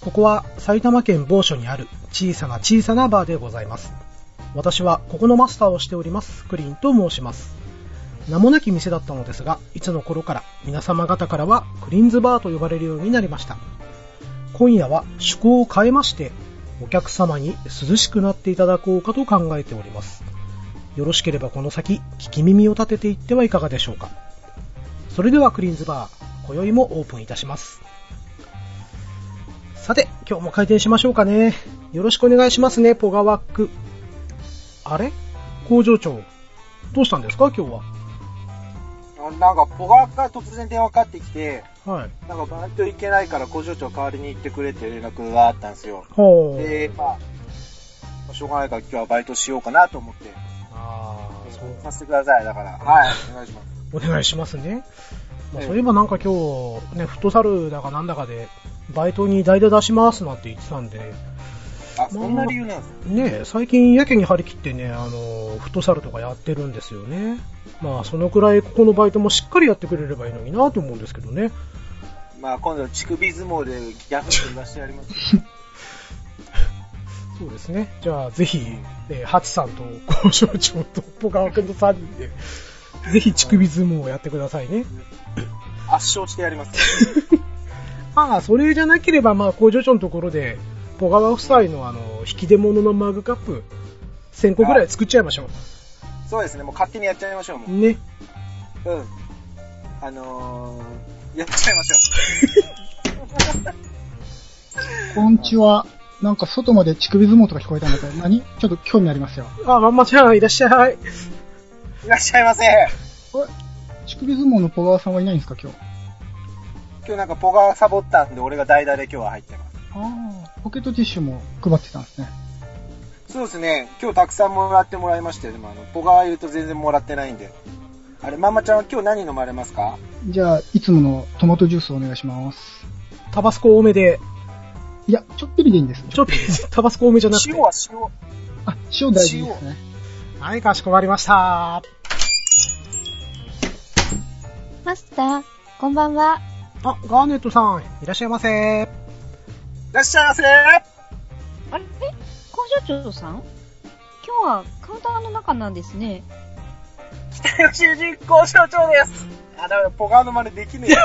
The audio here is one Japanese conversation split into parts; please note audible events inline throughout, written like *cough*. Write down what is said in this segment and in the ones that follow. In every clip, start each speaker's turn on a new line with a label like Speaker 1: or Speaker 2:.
Speaker 1: ここは埼玉県某所にある小さな小さなバーでございます。私はここのマスターをしております、クリンと申します。名もなき店だったのですが、いつの頃から皆様方からはクリンズバーと呼ばれるようになりました。今夜は趣向を変えまして、お客様に涼しくなっていただこうかと考えております。よろしければこの先、聞き耳を立てていってはいかがでしょうか。それではクリーンズバー、今宵もオープンいたします。さて、今日も開店しましょうかね。よろしくお願いしますね、ポガワック。あれ工場長、どうしたんですか今日
Speaker 2: なんか、ポガから突然電話かかってきて、
Speaker 1: は。はい。
Speaker 2: なんかバイト行けないから工場長代わりに行ってくれって連絡があったんですよ。
Speaker 1: ほう。
Speaker 2: で、まあ、しょうがないから今日はバイトしようかなと思って、
Speaker 1: あーそう
Speaker 2: させてください。だから、はい、お願いします。
Speaker 1: お願いしますね。まあ、
Speaker 2: ええ
Speaker 1: そういえばなんか今日、ね、フットサルだかなんだかで、バイトに代打出しますなんて言ってたんで、
Speaker 2: あ、そんな理由なんですね。
Speaker 1: ねえ、最近やけに張り切ってね、あの、フットサルとかやってるんですよね。まあ、そのくらいここのバイトもしっかりやってくれればいいのになと思うんですけどね。
Speaker 2: まあ、今度、乳首相撲でギャフンと言わせてやります。 *laughs*
Speaker 1: そうですね。じゃあ、ぜひ、えーハチさんと工場長とポカワ君と3人で、ぜひ乳首相撲をやってくださいね。
Speaker 2: 圧勝してやります。
Speaker 1: ああ、それじゃなければ、まあ、工場長のところで、ポガワ夫妻のあの、引き出物のマグカップ、1000個ぐらい作っちゃいましょ
Speaker 2: そうですね、もう勝手にやっちゃいましょう、も
Speaker 1: う。ね。
Speaker 2: う。うん。あのー、やっちゃいましょ
Speaker 3: こんちは、なんか外まで乳首相撲とか聞こえたんだけど、何ちょっと興味ありますよ。
Speaker 1: ああ、まんまちゃん、いらっしゃい。
Speaker 2: う。いらっしゃいませ。
Speaker 3: これ、乳首相撲のポガワさんはいないんですか、今日。
Speaker 2: 今日なんか、ポガサボったんで、俺が代打で今日は入ってます。
Speaker 3: ああ。ポケットティッシュも配ってたんですね。
Speaker 2: そうですね。今日たくさんもらってもらいまして、でもあの、ポガー言うと全然もらってないんで。あれ、ママちゃんは今日何飲まれますか
Speaker 3: じゃあ、いつものトマトジュースお願いします。
Speaker 1: タバスコ多めで、
Speaker 3: いや、ちょっぴりでいいんです。
Speaker 1: ちょっと、タバスコ多めじゃなくて
Speaker 2: 塩。は塩。
Speaker 3: あ、塩大事ですね。
Speaker 1: はい、かしこまりました。
Speaker 4: マスター、こんばんは。
Speaker 1: あ、ガーネットさん、いらっしゃいませ。
Speaker 2: いらっしゃいませ
Speaker 4: あれえ工場長さん今日はカウンターの中なんですね。
Speaker 2: 北吉人工場長ですあ、だめだ、ポガーの真似できねえよ。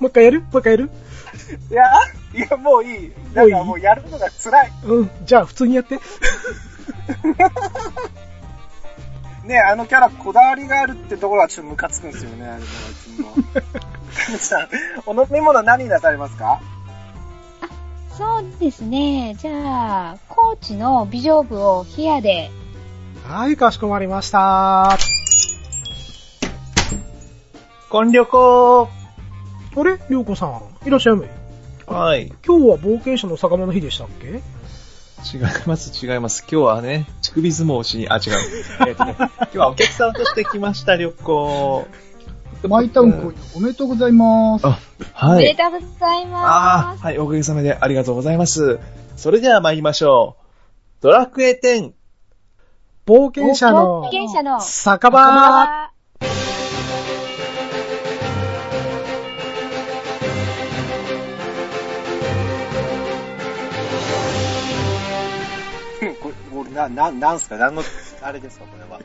Speaker 1: もう一回やるもう一回やる
Speaker 2: いや、いや、もういい。なんかもうやるのが辛い。
Speaker 1: うん、じゃあ普通にやって。
Speaker 2: ねあのキャラこだわりがあるってところはちょっとムカつくんですよね、あれもいつも。 *laughs* 神さん、お飲み物何出されますか
Speaker 4: そうですね。じゃあ、高知の美女部を冷やで。
Speaker 1: はい、かしこまりました。
Speaker 5: こん旅行
Speaker 1: あれりょうこさん、いらっしゃいませ。
Speaker 5: はい。
Speaker 1: 今日は冒険者の酒場の日でしたっけ
Speaker 5: 違います、違います。今日はね、乳首相撲をしに、あ、 *laughs* 違う。えっとね、今日はお客さんとして来ました、旅行。
Speaker 3: マイタウン公演、おめでとうございます。
Speaker 5: あ、
Speaker 4: お
Speaker 5: は
Speaker 4: めで
Speaker 5: い。
Speaker 4: とうござい
Speaker 5: あ
Speaker 4: ま
Speaker 5: あ、はい、おかげさまでありがとうございます。それでは参りましょう。ドラクエ10。
Speaker 1: 冒険
Speaker 4: す。
Speaker 1: 者の
Speaker 4: 冒険者の
Speaker 1: 酒場
Speaker 2: うん *laughs* これ、これな、な、なんすか何の、あれですか、これは。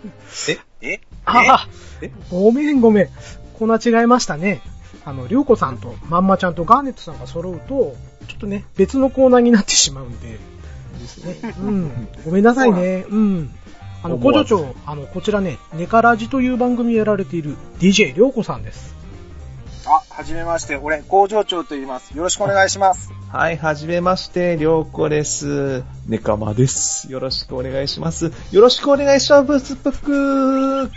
Speaker 2: ええ
Speaker 1: あ
Speaker 5: え
Speaker 1: ごめんごめん。こんな違いましたね。あの、りょうこさんとまんまちゃんとガーネットさんが揃うと、ちょっとね、別のコーナーになってしまうんで。
Speaker 5: ですね。
Speaker 1: うん。ごめんなさいね。うん。あの、
Speaker 5: 思
Speaker 1: 工場
Speaker 5: わず
Speaker 1: 長、あの、こちらね、ネカラジという番組やられている DJ りょうこさんです。
Speaker 2: あ、はじめまして。俺、工場長と言います。よろしくお願いします。
Speaker 5: はい、はじめまして、りょうこです。ねかまです。よろしくお願いします。よろしくお願いします、ぷくー。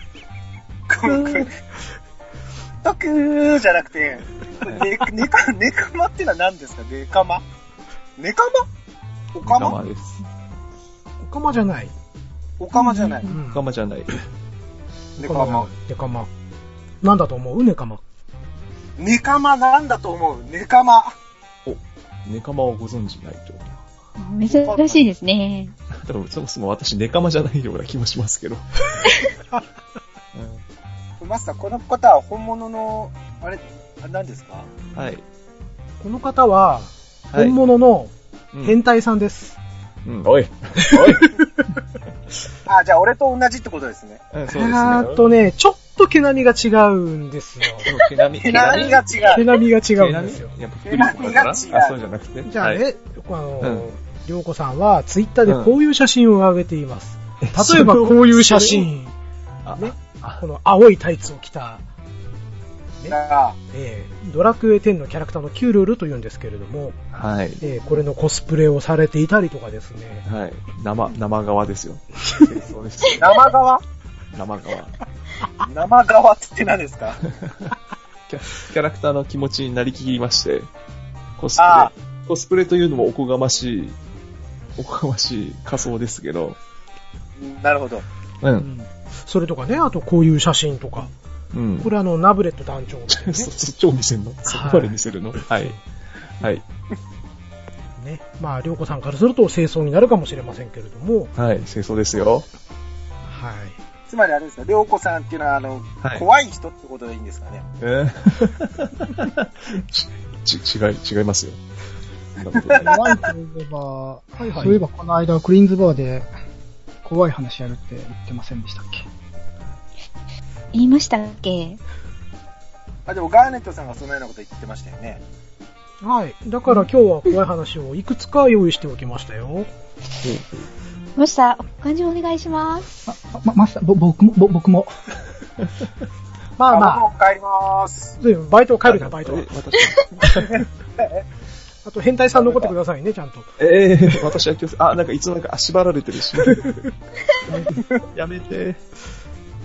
Speaker 2: とくーじゃなくて、ね、ねか、ねかまってのは何ですかねかまねかまおかま
Speaker 5: です。
Speaker 1: おかまじゃない。
Speaker 2: おかまじゃない。
Speaker 1: ん
Speaker 5: おかまじゃない。
Speaker 2: ねかま。。
Speaker 1: ネカマ。なんだと思うネカマ。
Speaker 2: ねかまなんだと思うねかま。
Speaker 5: ネカマをご存知ないと。
Speaker 4: ー珍しいですね。
Speaker 5: 多分そもそも私ネカマじゃないような気もしますけど。
Speaker 2: マスター、この方は本物の、あれ、あ何ですか
Speaker 5: はい。
Speaker 1: この方は、
Speaker 5: はい
Speaker 1: 本物の
Speaker 5: うん
Speaker 1: 変態さんです。
Speaker 5: うん、おい。
Speaker 2: あ、じゃあ俺と同じってことですね。
Speaker 5: うん、そうですね。
Speaker 1: あーっとね、ちょっと毛並みが違うんですよ。
Speaker 5: うん、毛並み。
Speaker 2: 毛並みが違
Speaker 1: 毛
Speaker 2: う。
Speaker 1: 並みが違
Speaker 5: 毛
Speaker 1: うん
Speaker 5: 並
Speaker 1: で
Speaker 5: み
Speaker 1: すよ。
Speaker 5: やっぱ福利厚
Speaker 2: 毛並
Speaker 5: 生だからあ、
Speaker 2: みが違う
Speaker 5: そうじゃなくて。
Speaker 1: じゃあ
Speaker 5: はい、
Speaker 1: ね、あの
Speaker 5: う
Speaker 1: ー
Speaker 5: ん、
Speaker 1: りょうこさんはツイッターでこういう写真を上げています。
Speaker 5: うん
Speaker 1: 例えばこういう写真。
Speaker 5: あ
Speaker 1: ね
Speaker 5: あ
Speaker 1: この青いタイツを着た、
Speaker 2: だから
Speaker 1: えードラクエ10のキャラクターのキュルルというんですけれども、
Speaker 5: はい。
Speaker 1: えーこれのコスプレをされていたりとかですね。
Speaker 5: はい。生、生側です
Speaker 1: *laughs*
Speaker 5: よ。そうです。
Speaker 2: 生側
Speaker 5: 生側。
Speaker 2: 生側って何です *laughs* か
Speaker 5: キャキャラクターの気持ちになりきりまして、コスプ
Speaker 2: あ
Speaker 5: レ、コスプレというのもおこがましい、おこがましい仮装ですけど、
Speaker 2: なるほど。
Speaker 5: う
Speaker 1: う。んそれとかね、あとこういう写真とか。
Speaker 5: うん。
Speaker 1: これあの、ナブレット団長の
Speaker 5: *laughs* そ、 *laughs* そっちを見せるのそこまで見せるのはい。はい。
Speaker 1: ね。ね。まあ、りょうこさんからすると清掃になるかもしれませんけれども、
Speaker 5: はい。清掃ですよ。
Speaker 1: はい。
Speaker 2: つまりあれですか、りょうこさんっていうのは、あの、
Speaker 5: はい
Speaker 2: 怖い人ってことでいいんですかね。
Speaker 5: *laughs* えち、ち違い、違いますよ。そんなことない
Speaker 3: 怖いといえば、そういえばこの間クリーンズバーで怖い話やるって言ってませんでしたっけ
Speaker 4: 言いましたっけ
Speaker 2: あ、でもガーネットさんがそのようなこと言ってましたよね。
Speaker 1: はい。だから今日は怖い話をいくつか用意しておきましたよ。
Speaker 4: マスター、お感じお願いします。
Speaker 3: あ、あま、まさ、ぼ、僕も、ぼ、僕も。
Speaker 1: まあまあ、
Speaker 2: 僕も帰ります。
Speaker 1: 随分バイトを帰るな、バイトは
Speaker 5: え。私
Speaker 1: あと変態さん残ってくださいね、ちゃんと。
Speaker 5: えー、私は今日、あ、なんかいつの間にか縛られてるし。 *laughs* やめて。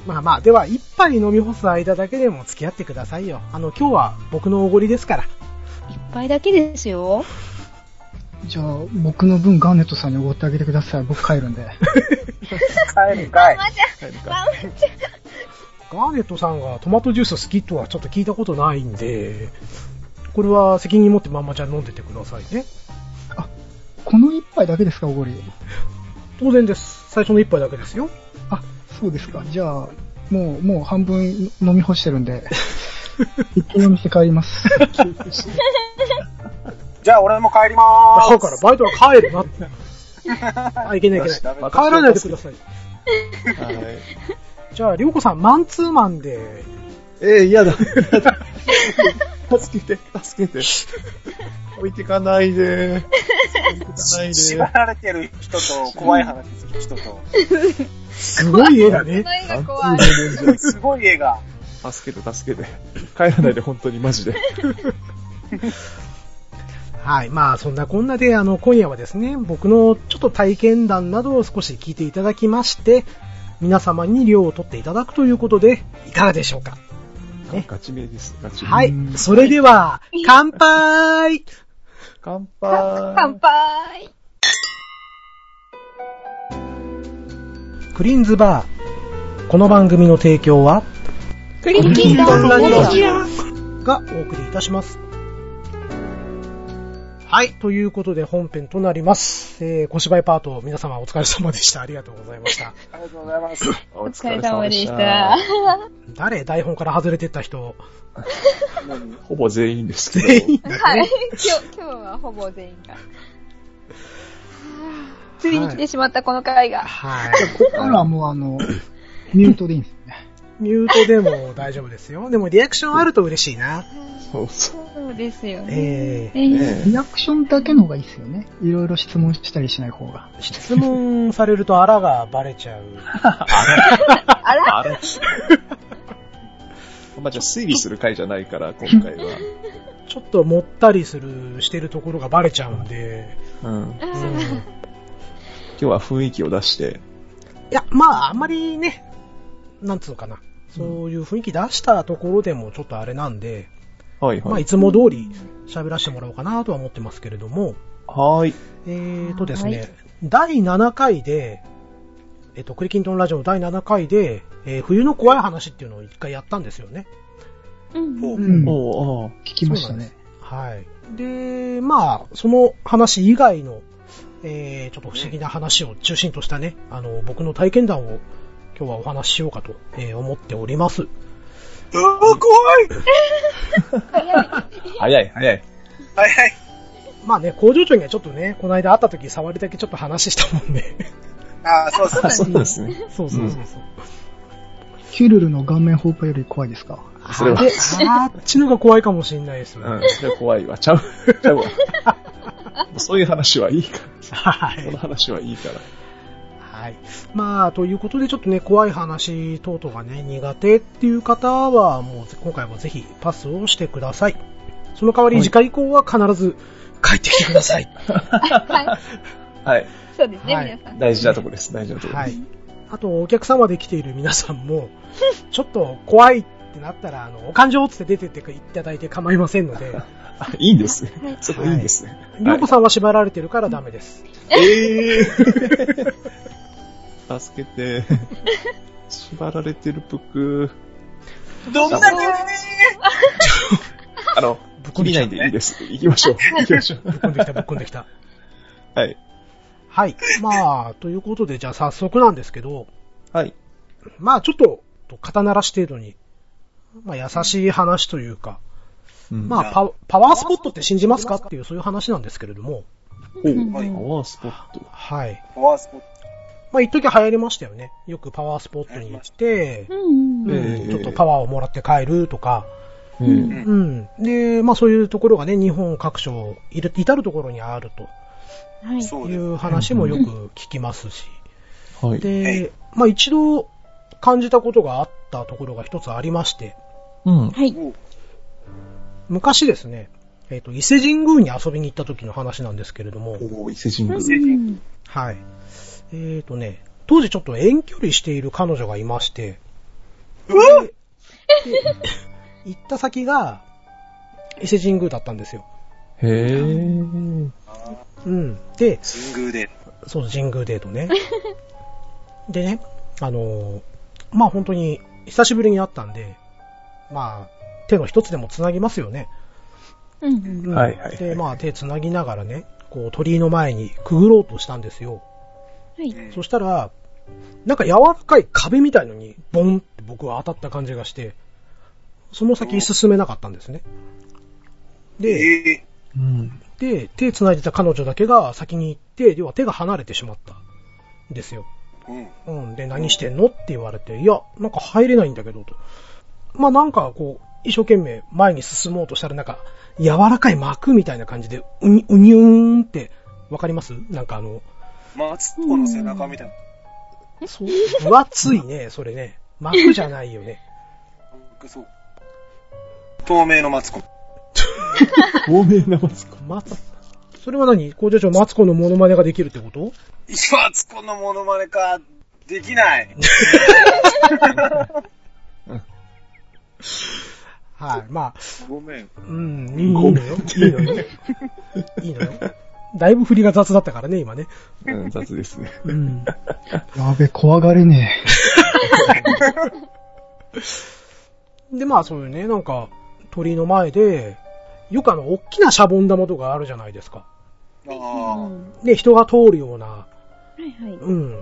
Speaker 1: まあまあ、では、一杯飲み干す間だけでも付き合ってくださいよ。あの、今日は僕のおごりですから。
Speaker 4: いっぱいだけですよ。
Speaker 3: じゃあ、僕の分ガーネットさんにおごってあげてください。僕帰るんで。
Speaker 2: 帰るかい。
Speaker 5: 帰るか
Speaker 4: ママちゃん。
Speaker 1: ガーネットさんがトマトジュース好きとはちょっと聞いたことないんで、これは責任持ってまんまちゃん飲んでてくださいね。
Speaker 3: この一杯だけですか、おごり。
Speaker 1: 当然です。最初の一杯だけですよ。
Speaker 3: あ、そうですか。じゃあ、もう、もう半分飲み干してるんで、 *laughs* 一気飲みして帰ります。
Speaker 2: じゃあ俺も帰りまーす。
Speaker 1: だからバイトは帰るな
Speaker 5: *laughs*
Speaker 1: って。あ、いけないいけな
Speaker 5: よ
Speaker 1: い。
Speaker 5: し
Speaker 1: 帰
Speaker 5: ダメだ
Speaker 1: らないでください。
Speaker 5: はい。
Speaker 1: じゃあ、りょうこさん、マンツーマンで、
Speaker 5: えー、嫌だ。助けて、助けて。置いてかないで。置いてかない
Speaker 2: 縛
Speaker 5: で。
Speaker 2: られてる人と、怖い話する人と。
Speaker 1: すごい絵だね。
Speaker 4: が怖い。
Speaker 2: すごい映画。
Speaker 5: 助けて、助けて。帰らないで、本当に、マジで。
Speaker 1: はい。まあ、そんなこんなで、あの、今夜はですね、僕のちょっと体験談などを少し聞いていただきまして、皆様に量を取っていただくということで、いかがでしょうかね
Speaker 5: ガチめです、ガチめ。
Speaker 1: はい。それでは、乾杯
Speaker 5: 乾
Speaker 4: 乾
Speaker 5: 杯。
Speaker 4: 杯。
Speaker 1: クリーンズバー。この番組の提供は、
Speaker 4: クリキンドンラジオ。
Speaker 1: がお送りいたします。はい。ということで本編となります。えー、小芝居パート、皆様お疲れ様でした。ありがとうございました。
Speaker 2: ありがとうございます。
Speaker 5: お
Speaker 4: お疲れ様でし
Speaker 5: 疲
Speaker 4: た。
Speaker 1: 誰台本から外れてった人。
Speaker 5: ほぼ全員ですけど。
Speaker 1: 全員
Speaker 4: はい。今日、 *laughs* 今日はほぼ全員が。ついに来てしまったこの回が。
Speaker 1: はい。
Speaker 3: ここからはもう、あの、ミュートでいいんですよね。
Speaker 1: ミュートでも大丈夫ですよ。でもリアクションあると嬉しいな。
Speaker 5: *laughs* そうそう
Speaker 4: そうですよね。
Speaker 1: えー、
Speaker 4: え
Speaker 5: ね
Speaker 3: リアクションだけの方がいいですよね。いろいろ質問したりしない方が。
Speaker 1: 質問されるとあらがバレちゃう。
Speaker 4: あら、
Speaker 5: あれまあ、じゃあ推理する回じゃないから、今回は。
Speaker 1: ちょっともったりする、してるところがバレちゃうんで。
Speaker 5: うん。今
Speaker 1: うん、い
Speaker 5: 日は雰囲気を出して。
Speaker 1: や、まあ、あんまりね、なんつうのかな。そういう雰囲気出したところでもちょっとあれなんで、
Speaker 5: はい
Speaker 1: まあ、
Speaker 5: はいい。
Speaker 1: つも通り喋らせてもらおうかなとは思ってますけれども、
Speaker 5: はーい。
Speaker 1: えーとですね、
Speaker 4: はい
Speaker 1: 第7回で、えっ、と、クリキントンラジオの第7回で、えー冬の怖い話っていうのを一回やったんですよね。
Speaker 4: うん
Speaker 2: もう
Speaker 3: うん。聞
Speaker 5: おう、
Speaker 3: きましたね。
Speaker 1: はい。で、まあ、その話以外の、えー、ちょっと不思議な話を中心としたね、あの、僕の体験談を今日はお話ししようかと、えー思っております。うわ、怖い
Speaker 4: 早
Speaker 5: 早い、早い。
Speaker 2: はいはい。
Speaker 1: まあね、工場長にはちょっとね、この間会った時触りだけちょっと話したもんね。
Speaker 2: ああ、そうそう
Speaker 5: あ、そうなんですね。
Speaker 1: *laughs* そうそうそうそう。
Speaker 3: キュルルの顔面放火より怖いですか
Speaker 5: それは
Speaker 1: あれあっちのが怖いかもしれない *laughs* ですね。
Speaker 5: うん、それは怖いわ。ちゃう、ちゃうわ。そういう話はいいから。
Speaker 1: は
Speaker 5: その
Speaker 1: い。
Speaker 5: 話はいいから。
Speaker 1: はい。まあ、ということで、ちょっとね、怖い話等々がね、苦手っていう方は、もう、今回もぜひパスをしてください。その代わり、
Speaker 5: はい
Speaker 1: 次回以降は必ず帰ってきてください。
Speaker 4: はい。
Speaker 5: はい。
Speaker 4: そうですね、
Speaker 1: はい
Speaker 4: 皆さん。
Speaker 5: 大事なとこです。大事なとこです。
Speaker 1: はい。あと、お客様で来ている皆さん *laughs* も、ちょっと怖いってなったら、あの、お勘定っつって出てっていただいて構いませんので、
Speaker 5: あ、いいんですね。そこいいんですね。
Speaker 1: りょうこさんは縛られてるからダメ *laughs* です。
Speaker 5: えー *laughs* 助けて。縛られてるぷく。
Speaker 2: どんだけ嬉しい
Speaker 5: あの、ぶっこみないでいいです。行きま *laughs* しょう。行きましょう。
Speaker 1: ぶっこんできた、ぶっこんできた。
Speaker 5: はい。
Speaker 1: はい。まあ、ということで、じゃあ早速なんですけど、
Speaker 5: はい。
Speaker 1: まあちょっと、肩慣らし程度に、まあ優しい話というか、
Speaker 5: うん
Speaker 1: まあパパワースポットって信じますかっていうそういう話なんですけれども、
Speaker 5: ほう。パ
Speaker 2: はい
Speaker 5: ワースポット。
Speaker 1: はい。
Speaker 2: パワースポット。
Speaker 1: まあ一時流行りましたよね。よくパワースポットに行って
Speaker 4: う、んうん。
Speaker 1: う
Speaker 5: え
Speaker 1: ん
Speaker 5: え
Speaker 1: ちょっとパワーをもらって帰るとか、
Speaker 5: う。
Speaker 2: うんん
Speaker 1: うん。で、まあそういうところがね、日本各所、いる至るところにある
Speaker 4: はい。
Speaker 2: そう
Speaker 1: と
Speaker 2: で
Speaker 1: い
Speaker 2: す。
Speaker 1: う話もよく聞きますし、
Speaker 5: はい。
Speaker 1: で、まあ一度感じたことがあったところが一つありまして、
Speaker 5: うん。
Speaker 4: はい。
Speaker 2: おう
Speaker 1: 昔ですね、えっ、と、伊勢神宮に遊びに行った時の話なんですけれども、
Speaker 5: おー伊勢神宮。
Speaker 4: うん。
Speaker 1: はい。えっ、とね、当時ちょっと遠距離している彼女がいまして、
Speaker 2: わ
Speaker 1: 行った先が伊勢神宮だったんですよ。
Speaker 5: へー。
Speaker 1: うん。で、
Speaker 2: 神宮で。
Speaker 1: そう、神宮デートね。 *laughs* でね、あのーまあ本当に久しぶりに会ったんで、まあ、手の一つでも繋ぎますよね。
Speaker 4: うん。
Speaker 1: うん
Speaker 5: はいはいはい
Speaker 1: で、まあ手繋ぎながらね、こう鳥居の前にくぐろうとしたんですよ。
Speaker 4: はい。
Speaker 1: そしたら、なんか柔らかい壁みたいのに、ボンって僕は当たった感じがして、その先進めなかったんですね。で、
Speaker 2: ええ
Speaker 5: うん。
Speaker 1: で、手繋いでた彼女だけが先に行って、要は手が離れてしまった。んですよ。
Speaker 2: うん。
Speaker 1: うん。で、何してんのって言われて、いや、なんか入れないんだけど、と。まあなんかこう、一生懸命前に進もうとしたら、なんか、柔らかい膜みたいな感じで、うに、うにゅーんって、わかりますなんかあの、
Speaker 2: マツコの背中みたいな。
Speaker 1: そう、分厚いね、それね。膜じゃないよね。
Speaker 2: そう。透明のマツコ。
Speaker 5: 透明なマスコ。
Speaker 1: マツ、それは何工場長、マツコのモノマネができるってこと
Speaker 2: マツコのモノマネか。できない。
Speaker 1: はい。まあ、
Speaker 2: ごめん。
Speaker 1: うん、いいいいのよ。いいのよ。いいのよ。だいぶ振りが雑だったからね、今ね。
Speaker 5: うん、雑ですね。
Speaker 1: うん。
Speaker 3: やべ、怖がれね
Speaker 1: で、まあ、そういうね、なんか、鳥の前で、よくあの、大きなシャボン玉とかあるじゃないですか。
Speaker 2: あ
Speaker 4: うん
Speaker 2: あ。
Speaker 1: で、人が通るような、
Speaker 4: はいはい。
Speaker 1: うん。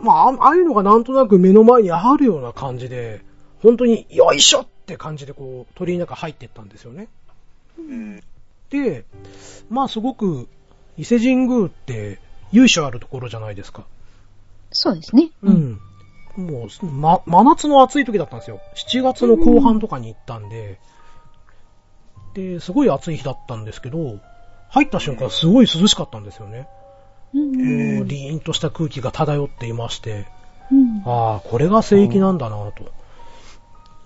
Speaker 1: まあ、あああいうのがなんとなく目の前にあるような感じで、本当に、よいしょって感じで、こう、鳥の中入ってったんですよね。
Speaker 2: うん。
Speaker 1: で、まあすごく、伊勢神宮って由緒あるところじゃないですか。
Speaker 4: そうですね。。。
Speaker 1: もう、ま、真夏の暑い時だったんですよ。7月の後半とかに行ったんで、で、すごい暑い日だったんですけど、入った瞬間すごい涼しかったんですよね。
Speaker 4: うん。
Speaker 1: もうリーンとした空気が漂っていまして、
Speaker 4: うん。
Speaker 1: ああ、これが聖域なんだなと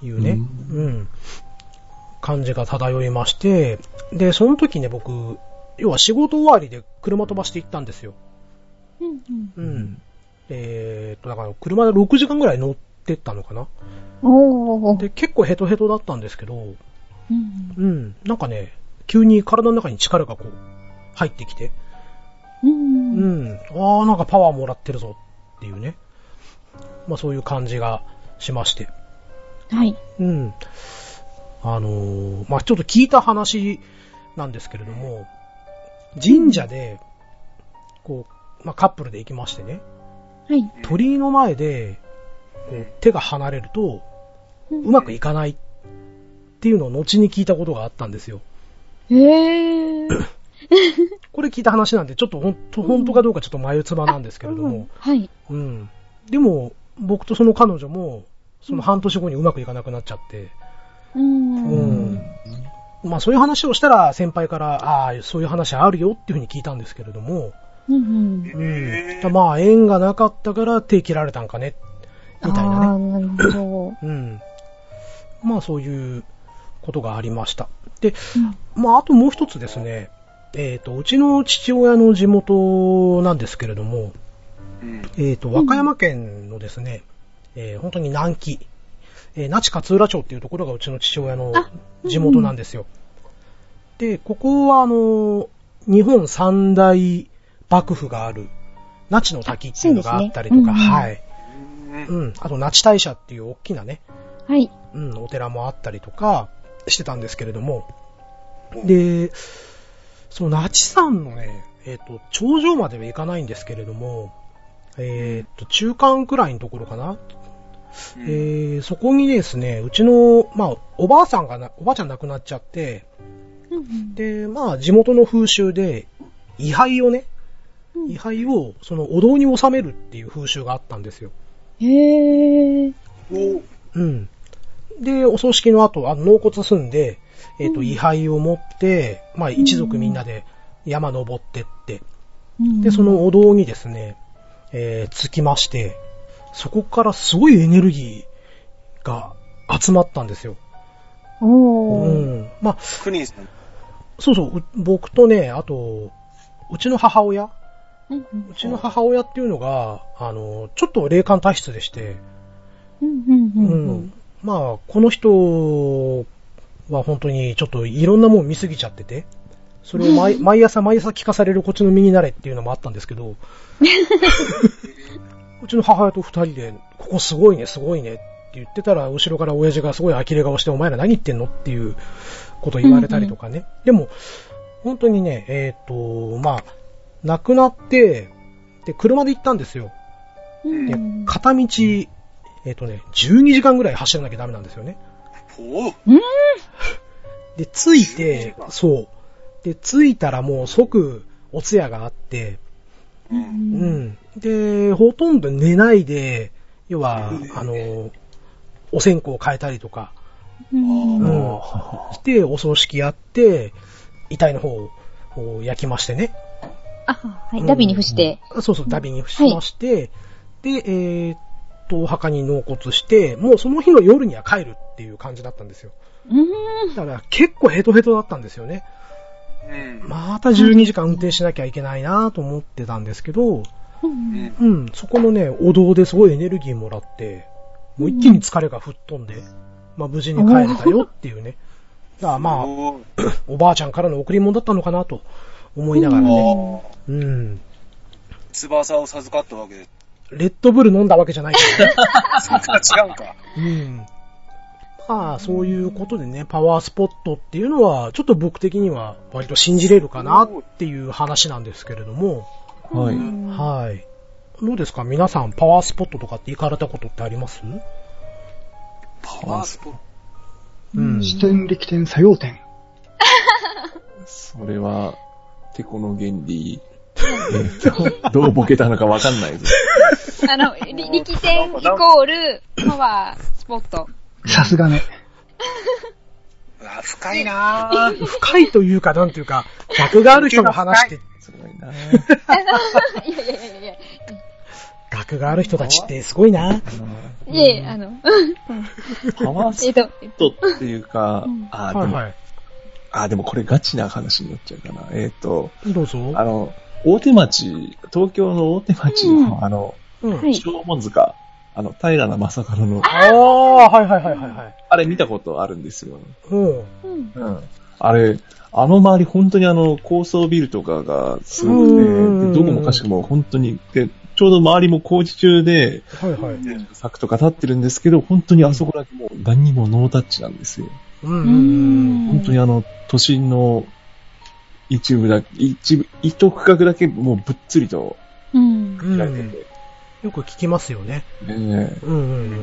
Speaker 1: いうね、うん、感じが漂いまして、で、その時ね、僕、要は仕事終わりで車飛ばして行ったんですよ。
Speaker 4: うん。
Speaker 1: うん。えーっと、だから車で6時間ぐらい乗ってったのかな。
Speaker 4: おー。
Speaker 1: で、結構ヘトヘトだったんですけど、
Speaker 4: うん。
Speaker 1: うん、なんかね、急に体の中に力がこう、入ってきて、
Speaker 4: う。
Speaker 1: うんん、ああ、なんかパワーもらってるぞっていうね、まあそういう感じがしまして。
Speaker 4: はい。
Speaker 1: うん。あのーまあ、ちょっと聞いた話なんですけれども、神社で、こう、まあ、カップルで行きましてね、
Speaker 4: はい。
Speaker 1: 鳥居の前で、こう、手が離れると、
Speaker 4: うん
Speaker 1: うまくいかないっていうのを後に聞いたことがあったんですよ。
Speaker 4: へえ。
Speaker 1: これ聞いた話なんで、ちょっと本当、本当かどうかちょっと眉唾なんですけれど
Speaker 4: うん
Speaker 1: も、
Speaker 4: はい。
Speaker 1: うん。でも、僕とその彼女も、その半年後にうまくいかなくなっちゃって、
Speaker 4: う。
Speaker 1: うんん。まあそういう話をしたら先輩から、ああ、そういう話あるよっていうふうに聞いたんですけれども、
Speaker 4: うんうん。
Speaker 1: う
Speaker 2: へ
Speaker 1: ん。
Speaker 2: ー
Speaker 1: まあ縁がなかったから手切られたんかね、みたい
Speaker 4: あ
Speaker 1: な
Speaker 4: あ、
Speaker 1: ね。
Speaker 4: なるほど。
Speaker 1: うん。まあそういうことがありました。で、
Speaker 4: うん
Speaker 1: まあ、あともう一つですね、えっ、と、うちの父親の地元なんですけれども、
Speaker 2: うん。
Speaker 1: えっ、と、和歌山県のですね、えー本当に南紀、えー那智勝浦町っていうところがうちの父親の
Speaker 4: あ
Speaker 1: 地元なんですよ。で、ここはあの、日本三大幕府がある、那智の滝っていうのがあったりとか、
Speaker 4: そうですねうんうん
Speaker 1: はい。うん。あと、那智大社っていう大きなね、
Speaker 4: はい。
Speaker 1: うん、お寺もあったりとかしてたんですけれども、で、その那智山のね、えっ、と、頂上までは行かないんですけれども、えっ、と、中間くらいのところかな、えーそこにですね、うちの、まあ、おばあさんがな、おばあちゃん亡くなっちゃって、
Speaker 4: うんうん
Speaker 1: で、まあ、地元の風習で、位牌をね、
Speaker 4: うん
Speaker 1: 位牌を、その、お堂に収めるっていう風習があったんですよ。
Speaker 4: へえ。
Speaker 2: お
Speaker 1: うん。で、お葬式の後、あの、納骨すんで、えっ、と、
Speaker 4: うん
Speaker 1: 位牌を持って、まあ、一族みんなで山登ってって、
Speaker 4: うん
Speaker 1: で、そ、のお堂にですね、えー、着きまして、そこからすごいエネルギーが集まったんですよ。
Speaker 4: お
Speaker 1: う
Speaker 4: ー。
Speaker 1: ん。まあ、
Speaker 2: クリーンさん。
Speaker 1: そうそう、う僕とね、あと、うちの母親
Speaker 4: うんうん
Speaker 1: うちの母親っていうのが、あの、ちょっと霊感体質でして、
Speaker 4: うんうんうんうん
Speaker 1: うんまあ、この人は本当にちょっといろんなもん見すぎちゃってて、それを毎毎朝毎朝聞かされるこっちの身になれっていうのもあったんですけ
Speaker 4: *laughs*
Speaker 1: ど、うちの母親と二人で、ここすごいね、すごいねって言ってたら、後ろから親父がすごい呆れ顔して、お前ら何言ってんのっていうこと言われたりとかね。でも、本当にね、えっ、と、まあ、亡くなって、で、車で行ったんですよ。
Speaker 4: うん
Speaker 1: で片道、えっ、とね、12時間ぐらい走らなきゃダメなんですよね。
Speaker 2: おう
Speaker 1: で、着い
Speaker 2: 12時
Speaker 1: て、
Speaker 2: 間
Speaker 1: そう。で、着いたらもう即、お通夜があって、
Speaker 4: う
Speaker 1: うんん。で、ほとんど寝ないで、要は、あの、お線香を変えたりとか、
Speaker 4: うん
Speaker 1: う
Speaker 4: うん
Speaker 1: ん。して、お葬式やって、遺体の方をこう焼きましてね。
Speaker 4: あ、はい。ダビに伏して。
Speaker 1: あそうそう、ダビに伏しまして、で、えーっと、お墓に納骨して、もうその日の夜には帰るっていう感じだったんですよ。
Speaker 4: うん。
Speaker 1: だから結構ヘトヘトだったんですよね。
Speaker 2: うん。
Speaker 1: また12時間運転しなきゃいけないなと思ってたんですけど、
Speaker 4: うん
Speaker 1: うん、そこのね、お堂ですごいエネルギーもらって、もう一気に疲れが吹っ飛んで、まあ無事に帰れたよっていうね。だからまあ、
Speaker 2: おう
Speaker 1: おばあちゃんからの贈り物だったのかなと思いながらね。
Speaker 2: おう
Speaker 1: うん。
Speaker 2: 翼を授かっ
Speaker 1: *laughs*
Speaker 2: たわけです。
Speaker 1: レッドブル飲んだわけじゃないけどね。
Speaker 2: 違うんか。
Speaker 1: うん。まあ、そういうことでね、パワースポットっていうのは、ちょっと僕的には割と信じれるかなっていう話なんですけれども、
Speaker 5: はい。
Speaker 1: はい。どうですか皆さん、パワースポットとかって行かれたことってあります
Speaker 2: パワースポット。
Speaker 1: うん
Speaker 3: 視点、力点、作用点。
Speaker 5: それは、てこの原理、えっと *laughs* どうボケたのかわかんないです。
Speaker 6: あの、り力点イコールパワースポット。
Speaker 3: さすがね。
Speaker 2: うわ、深いなぁ。
Speaker 1: 深いというか、なんていうか、学がある人の話って、
Speaker 5: すごいな。
Speaker 6: いやいやいやいや。
Speaker 1: 学がある人たちってすごいな。
Speaker 6: いえいえ、あの、
Speaker 5: パワ
Speaker 6: *laughs*
Speaker 5: ー
Speaker 6: え
Speaker 5: ス
Speaker 6: っと、
Speaker 5: ポットっていうか、あ、でも、
Speaker 1: い。
Speaker 5: あ、でもこれガチな話になっちゃうかな。えっ、と、
Speaker 1: どうぞ。
Speaker 5: あの、大手町、東京の大手町の、あの、
Speaker 1: うん。
Speaker 4: はい
Speaker 5: 縄文塚、あの、平野正門の、
Speaker 1: ああ、はいはいはいはいはい。
Speaker 5: あれ見たことあるんですよ。
Speaker 1: うん。
Speaker 4: うん
Speaker 5: うん。あれ、あの周り本当にあの、高層ビルとかがすご
Speaker 1: うんうんうんう
Speaker 5: く
Speaker 1: ん
Speaker 5: て、でどこもかしくも本当に、で、ちょうど周りも工事中で、
Speaker 1: はいはい。うん
Speaker 5: 柵とか立ってるんですけど、本当にあそこだけもう何にもノータッチなんですよ。
Speaker 1: うんうん。
Speaker 5: 本当にあの、都心の一部だ、一部、一区画だけもうぶっつりと
Speaker 4: うん。
Speaker 1: うん
Speaker 5: 開けて、
Speaker 1: よく聞きますよね。う
Speaker 5: え
Speaker 1: んうん
Speaker 5: え
Speaker 1: う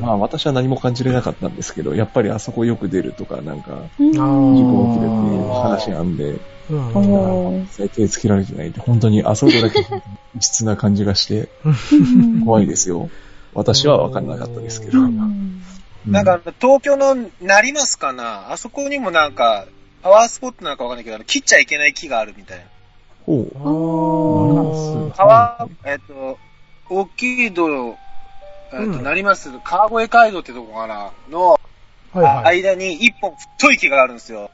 Speaker 1: ん。
Speaker 5: まあ私は何も感じれなかったんですけど、やっぱりあそこよく出るとか、なんか、
Speaker 6: うん
Speaker 1: あ
Speaker 5: 事
Speaker 1: ー
Speaker 5: 故起きるっていう話があんで、
Speaker 1: うんうん
Speaker 6: おー
Speaker 5: 実際手つけられてないって、本当にあそこだけ *laughs* 異質な感じがして、
Speaker 6: うん
Speaker 5: 怖いですよ。私は分かんなかったですけど。
Speaker 6: う
Speaker 5: うん
Speaker 6: ん
Speaker 2: なんか、東京の成増かなあそこにもなんか、パワースポットなんかわかんないけど、あの切っちゃいけない木があるみたいな。
Speaker 5: ほう。
Speaker 1: あ
Speaker 2: パワー、えっ、と、大きい道路、えっ、と、
Speaker 1: うん
Speaker 2: 成増の川越街道ってとこかなの
Speaker 1: ーはいはい。
Speaker 2: 間に一本太い木があるんですよ。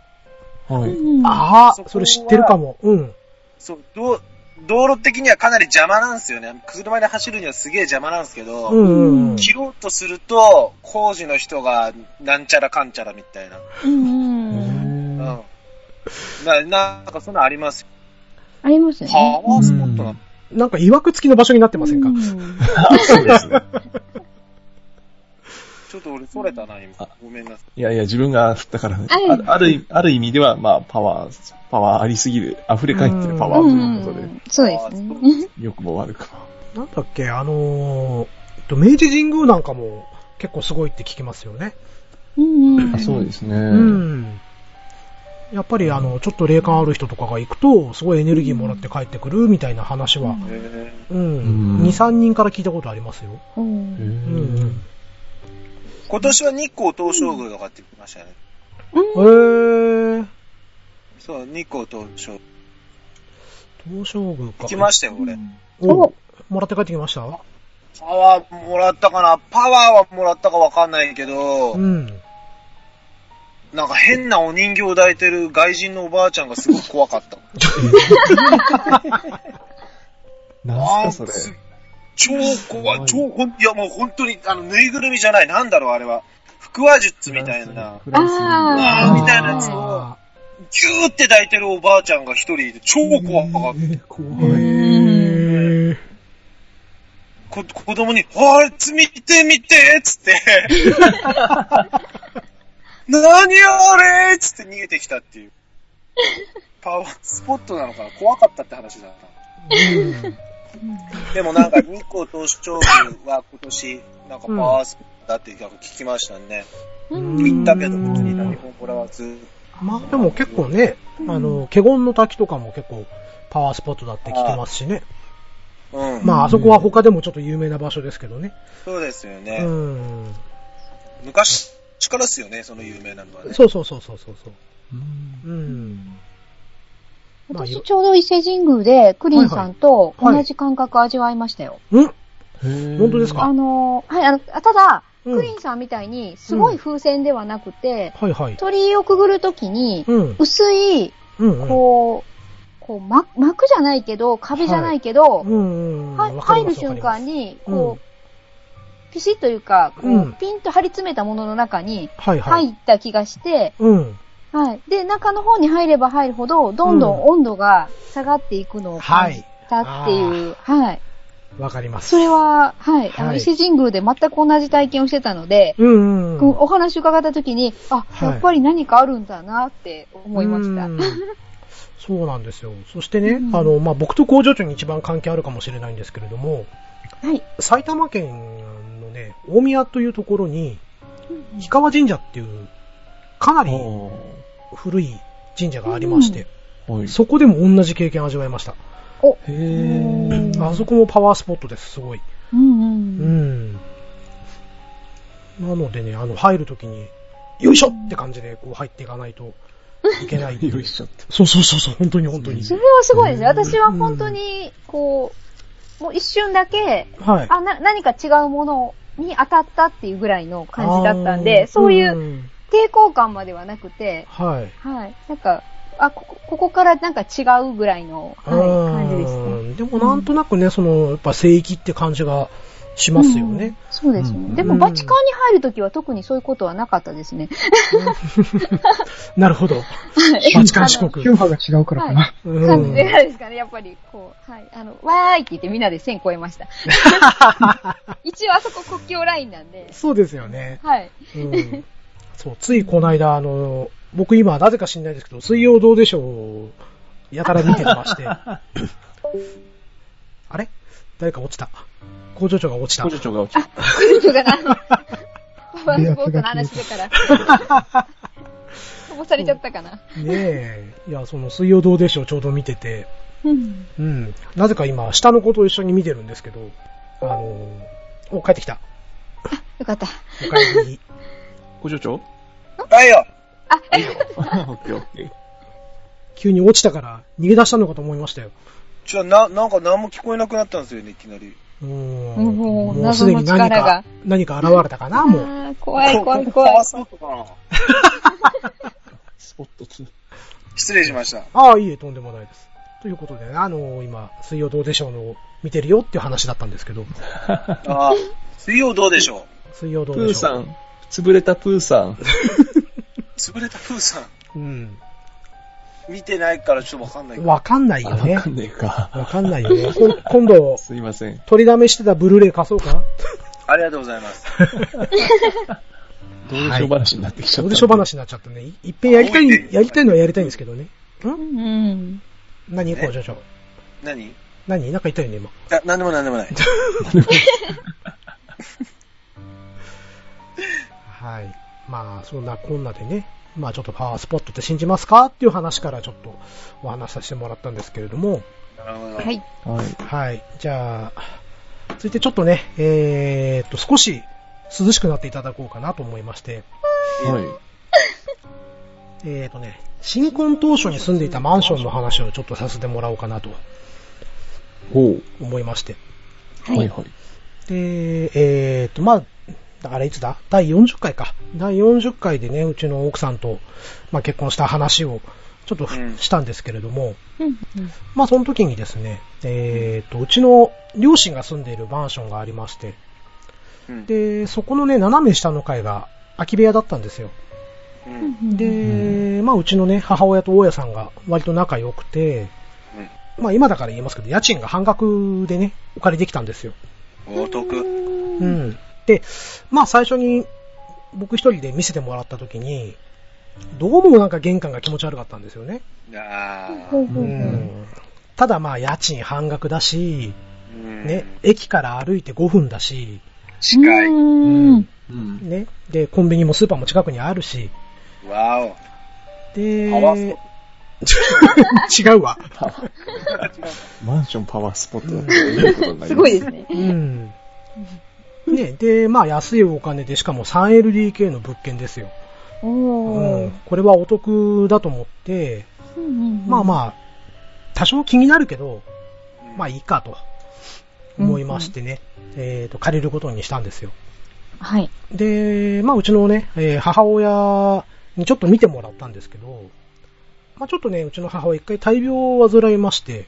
Speaker 5: は
Speaker 6: う
Speaker 5: い。
Speaker 6: ん
Speaker 1: あ
Speaker 2: そこ
Speaker 1: あ、
Speaker 2: は
Speaker 1: それ知ってるかも。うん。
Speaker 2: そう、道道路的にはかなり邪魔なんですよね。車で走るにはすげえ邪魔なんですけど、
Speaker 1: うんうんうん。
Speaker 2: 切ろうとすると、工事の人がなんちゃらかんちゃらみたいな。
Speaker 6: うんうん
Speaker 2: うん。
Speaker 5: へー
Speaker 2: ななんかそんなのありますよ。
Speaker 6: ありますよ
Speaker 2: パ
Speaker 6: ね。
Speaker 2: ワースポットなの
Speaker 1: なんか曰く付きの場所になってませんか
Speaker 6: うん
Speaker 5: あそうですね。
Speaker 2: ちょっと俺、それたな、今
Speaker 5: あ。
Speaker 2: ごめんなさい。
Speaker 5: いやいや、自分が振ったからね。
Speaker 6: あ
Speaker 5: あある意味、ある意味では、まあ、パワー、パワーありすぎる、溢れ返ってるパワー
Speaker 6: う
Speaker 5: と
Speaker 6: ん
Speaker 5: いうことで、
Speaker 6: そうです
Speaker 2: あ
Speaker 6: ね
Speaker 2: ー。そう
Speaker 5: 良くも悪くも。
Speaker 1: なんだっけ、あのー、えっと明治神宮なんかも結構すごいって聞きますよね。
Speaker 6: うんうん
Speaker 5: あそうですね。
Speaker 1: うん。やっぱりあの、ちょっと霊感ある人とかが行くと、すごいエネルギーもらって帰ってくるみたいな話は、
Speaker 2: へ
Speaker 1: うん。
Speaker 5: う
Speaker 1: 2、
Speaker 5: ん
Speaker 1: 3人から聞いたことありますよ。
Speaker 6: う
Speaker 1: う
Speaker 6: ん
Speaker 5: へー
Speaker 1: ん。
Speaker 2: ー今年は日光東照宮とかって言ってましたよね。
Speaker 1: えー、
Speaker 2: そう、日光東照宮。
Speaker 1: 東照宮か。
Speaker 2: 行きましたよ、俺。
Speaker 1: おもらって帰ってきました
Speaker 2: パワーもらったかなパワーはもらったかわかんないけど、
Speaker 1: うん。
Speaker 2: なんか変なお人形を抱いてる外人のおばあちゃんがすごく怖かった。
Speaker 5: *laughs* なんすか、そ
Speaker 2: す
Speaker 5: れ。
Speaker 2: 超怖い、超、ほん、いやもう本当に、あの、ぬいぐるみじゃない、なんだろう、あれは。腹話術みたいな、
Speaker 5: フランス
Speaker 6: あー
Speaker 2: あーみたいなやつを
Speaker 1: あ
Speaker 2: ギューって抱いてるおばあちゃんが一人いて、超怖かった。
Speaker 5: えー怖
Speaker 1: ー。
Speaker 5: い。
Speaker 1: へー
Speaker 2: こ子供に、あいつ見て見てっつ
Speaker 1: *laughs*
Speaker 2: って、何あれっつって逃げてきたっていう。パワースポットなのかな怖かったって話だな。でもなんか日光東照宮は今年、なんかパワースポットだってなんか聞きましたね。
Speaker 1: うん
Speaker 2: 行ったけど別に何ももらわず。
Speaker 1: まあでも結構ね、あの、華厳の滝とかも結構パワースポットだって聞きますしね。
Speaker 2: うん。
Speaker 1: まああそこは他でもちょっと有名な場所ですけどね。
Speaker 2: そうですよ
Speaker 1: う
Speaker 2: ね。
Speaker 1: ん。
Speaker 2: 昔からっすよね、その有名なのはね。
Speaker 1: そうそうそうそうそうそう。
Speaker 5: うん
Speaker 1: うん。まあ
Speaker 6: 私ちょうど伊勢神宮でクリンさんと
Speaker 1: はいはい
Speaker 6: 同じ感覚味わいましたよ。
Speaker 1: うん
Speaker 5: へー
Speaker 1: 本当ですか
Speaker 6: あの、はい、あの、あただ、
Speaker 1: うん
Speaker 6: クリンさんみたいにすごい風船ではなくて、
Speaker 1: はいはい。
Speaker 6: 鳥居をくぐるときに、
Speaker 1: うん。
Speaker 6: 薄い、
Speaker 1: うんうん。
Speaker 6: こう、こう、ま、膜じゃないけど、壁じゃないけど、
Speaker 1: うんうん。
Speaker 6: は
Speaker 1: わかり
Speaker 6: 入
Speaker 1: ま
Speaker 6: る
Speaker 1: すわかり
Speaker 6: 瞬
Speaker 1: ます
Speaker 6: 間に、
Speaker 1: う
Speaker 6: こ
Speaker 1: ん
Speaker 6: う、ピシッというか、こ
Speaker 1: うん
Speaker 6: う、ピンと張り詰めたものの中に
Speaker 1: はいはい。
Speaker 6: 入った気がして、
Speaker 1: うん。
Speaker 6: はい。で、中の方に入れば入るほど、どんどん温度が下がっていくのを感じたっていう、はい。
Speaker 1: わかります。
Speaker 6: それ。は、はい。あ
Speaker 1: は
Speaker 6: の、
Speaker 1: い
Speaker 6: 伊勢神宮で全く同じ体験をしてたので、
Speaker 1: うんうん。
Speaker 6: こうお話伺った時に、あ、
Speaker 1: はい
Speaker 6: やっぱり何かあるんだなって思いました。
Speaker 1: うん。そうなんですよ。そしてね、
Speaker 6: うん
Speaker 1: あの、まあ、僕と工場長に一番関係あるかもしれないんですけれども、
Speaker 6: はい。
Speaker 1: 埼玉県のね、大宮というところに、氷川神社っていう、かなり
Speaker 5: あ
Speaker 1: 古い神社がありまして、
Speaker 5: ーはい。
Speaker 1: そこでも同じ経験味わいました。
Speaker 5: へ
Speaker 6: うん
Speaker 5: ー。
Speaker 1: あそこもパワースポットです、すごい。
Speaker 6: うん
Speaker 1: う
Speaker 6: う
Speaker 1: ん。
Speaker 6: ん。
Speaker 1: なのでね、あの、入るときに、よいしょって感じで、こう入っていかないといけない *laughs*
Speaker 5: 用意 *laughs* しちゃった。
Speaker 1: そうそうそうそう、本当に本当に。
Speaker 6: それはすごいですね。私は本当に、こう、もう一瞬だけ、
Speaker 1: はい。
Speaker 6: あ、な、何か違うものに当たったっていうぐらいの感じだったん
Speaker 1: あー
Speaker 6: で、そういう
Speaker 1: うん
Speaker 6: 抵抗感まではなくて、
Speaker 1: はい。
Speaker 6: はい。なんか、あ、ここ、ここからなんか違うぐらいの、はい、感じでした。
Speaker 1: うんでもなんとなくね、その、やっぱ聖域って感じがしますよね。
Speaker 6: そうですよね。
Speaker 5: うん
Speaker 6: でも、バチカンに入るときは特にそういうことはなかったですね。
Speaker 1: なるほど。 *laughs* バチカン
Speaker 6: *laughs*
Speaker 1: 四国
Speaker 3: 宗。派が違うからかな。
Speaker 1: う
Speaker 6: 感じ
Speaker 1: ん
Speaker 6: でですかね、やっぱり、こう、はい。あの、わーいって言ってみんなで線越えました。一応あそこ国境ラインなんで、
Speaker 1: そうですよね。
Speaker 6: はい。
Speaker 1: うんそう、ついこの間、あの、僕今、なぜか知んないですけど、水曜どうでしょうを
Speaker 4: *laughs*
Speaker 1: やたら見てまして。あれ誰か落ちた。工場長が落ちた
Speaker 5: 工。場長が落ちた。
Speaker 6: 工場がな、パワースポーツの話だから。飛ばされちゃったかな。
Speaker 1: ねえ。いや、その水曜どうでしょうちょうど見てて、
Speaker 4: うん。
Speaker 1: うん。なぜか今、下の子と一緒に見てるんですけど、あのー、お、帰ってきた。
Speaker 6: よかった。
Speaker 1: お帰
Speaker 4: *laughs*
Speaker 1: り。
Speaker 5: 工 *laughs* 場長
Speaker 2: だよ
Speaker 5: いいよ。オッケーオッケー。
Speaker 1: 急に落ちたから逃げ出したのかと思いましたよ。
Speaker 2: ちょ、な、なんか何も聞こえなくなったんですよね、いきなり。
Speaker 1: うーん。
Speaker 4: もう
Speaker 1: もうすでに何
Speaker 4: 謎の力
Speaker 1: か
Speaker 4: が、
Speaker 1: 何か現れたかな、もう。
Speaker 6: あー怖い怖い
Speaker 2: パ
Speaker 6: 怖
Speaker 2: ワー
Speaker 6: い。
Speaker 2: スポットかな
Speaker 5: スポット2。
Speaker 2: 失礼し
Speaker 1: *laughs*
Speaker 2: ました。
Speaker 1: ああ、いいえ、とんでもないです。ということでね、あのー今、水曜どうでしょうの見てるよっていう話だったんですけど、
Speaker 2: ああ、水曜どうでしょう
Speaker 1: 水曜ど
Speaker 5: プ
Speaker 1: うで
Speaker 5: ー
Speaker 1: しょう。
Speaker 5: さん。潰れたプーさん。
Speaker 2: 潰れたプーさ
Speaker 1: うん。
Speaker 2: ん、見てないからちょっとわかんないけど。
Speaker 1: わかんないよ
Speaker 5: あ、
Speaker 1: ね
Speaker 5: わか。んねえか。
Speaker 1: わかんないよね。こん今度、
Speaker 5: すいません。
Speaker 1: 取りだめしてたブルーレイ貸そうか
Speaker 2: ありがとうございます。
Speaker 5: どうでしょう話になってきちゃった。
Speaker 1: どうでしょう話になっちゃったね。いいっぺんやりたい、やりたいのはやりたいんですけどね。
Speaker 4: うん。
Speaker 1: 何工場長。
Speaker 2: 何
Speaker 1: 何なんか言ったよね、今。
Speaker 2: な、なんでもなんでもない。
Speaker 1: はい。まあ、そんなこんなでね、まあちょっとパワースポットって信じますかっていう話からちょっとお話しさせてもらったんですけれども、
Speaker 2: なるほど。
Speaker 4: はい。
Speaker 5: はい。
Speaker 1: はい。じゃあ、続いてちょっとね、えーっと、少し涼しくなっていただこうかなと思いまして、
Speaker 5: はい。
Speaker 1: えーっとね、新婚当初に住んでいたマンションの話をちょっとさせてもらおうかなと
Speaker 5: ほう。
Speaker 1: 思いまして。
Speaker 5: はいはい。
Speaker 1: で、えー、っと、まあ、あれいつだ第40回か。第40回でね、うちの奥さんと、まあ、結婚した話を、ちょっとふ、
Speaker 2: うん
Speaker 1: したんですけれども、
Speaker 4: うん
Speaker 1: まあ、その時にですね、えー、っと、うちの両親が住んでいるマンションがありまして、
Speaker 2: うん
Speaker 1: で、そこのね、斜め下の階が空き部屋だったんですよ。
Speaker 2: うん。
Speaker 1: で、まあ、うちのね、母親と大家さんが割と仲良くて、まあ、今だから言えますけど、家賃が半額でね、お借りできたんですよ。
Speaker 2: うん。お得。
Speaker 1: うん。で、まあ最初に僕一人で見せてもらった時に、どうもなんか玄関が気持ち悪かったんですよね。
Speaker 2: ああ。
Speaker 1: う
Speaker 3: うん
Speaker 1: ん。ただまあ家賃半額だし、
Speaker 2: うん
Speaker 1: ね、駅から歩いて5分だし、
Speaker 2: 近い。
Speaker 4: うん。
Speaker 5: うん。
Speaker 1: ね、で、コンビニもスーパーも近くにあるし、
Speaker 2: わお。
Speaker 1: で、
Speaker 2: パワース
Speaker 1: 違うわ。
Speaker 5: マンションパワースポットだったということになります。
Speaker 4: すごいですね。
Speaker 1: うん。ね、で、まあ安いお金で、しかも 3LDK の物件ですよ。う
Speaker 4: お
Speaker 1: ん
Speaker 4: ー。。
Speaker 1: これはお得だと思って、まあ
Speaker 4: あ。
Speaker 1: まあ、多少気になるけど、まあ
Speaker 2: い。
Speaker 1: いいかと思いましてね、えっ、と、借りることにしたんですよ。
Speaker 4: はい。
Speaker 1: で、まあうちのね、えー母親にちょっと見てもらったんですけど、まあちょっとね、うちの母親一回大病を患いまして、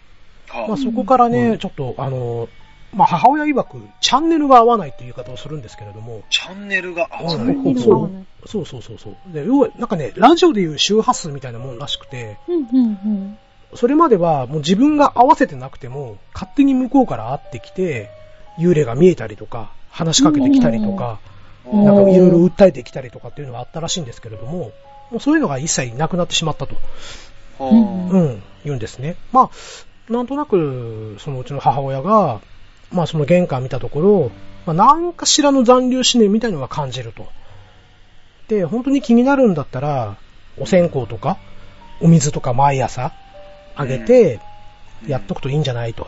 Speaker 1: まあ
Speaker 2: は
Speaker 1: そこからね、
Speaker 5: うん
Speaker 1: ちょっとあの、まあ母親曰くチャンネルが合わないという言い方をするんですけれども、
Speaker 2: チャンネルが、あ、
Speaker 1: う
Speaker 2: そ
Speaker 1: ん
Speaker 2: う
Speaker 1: そうそうそうそうそう。で、要はなんかね、ラジオでいう周波数みたいなもんらしくて、
Speaker 4: うんうん
Speaker 1: それまではもう自分が合わせてなくても、勝手に向こうから会ってきて、幽霊が見えたりとか、話しかけてきたりとか、
Speaker 4: うん
Speaker 1: なんかいろいろ
Speaker 4: うん
Speaker 1: 訴えてきたりとかっていうのがあったらしいんですけれども、もうそういうのが一切なくなってしまったと、
Speaker 2: は
Speaker 1: うん、言うんですね。まあ、なんとなく、そのうちの母親が、まあその玄関見たところ、まあ何かしらの残留思念みたいのが感じると。で、本当に気になるんだったら、お線香とか、お水とか毎朝あげて、
Speaker 2: あ
Speaker 1: やっとくといいんじゃないと。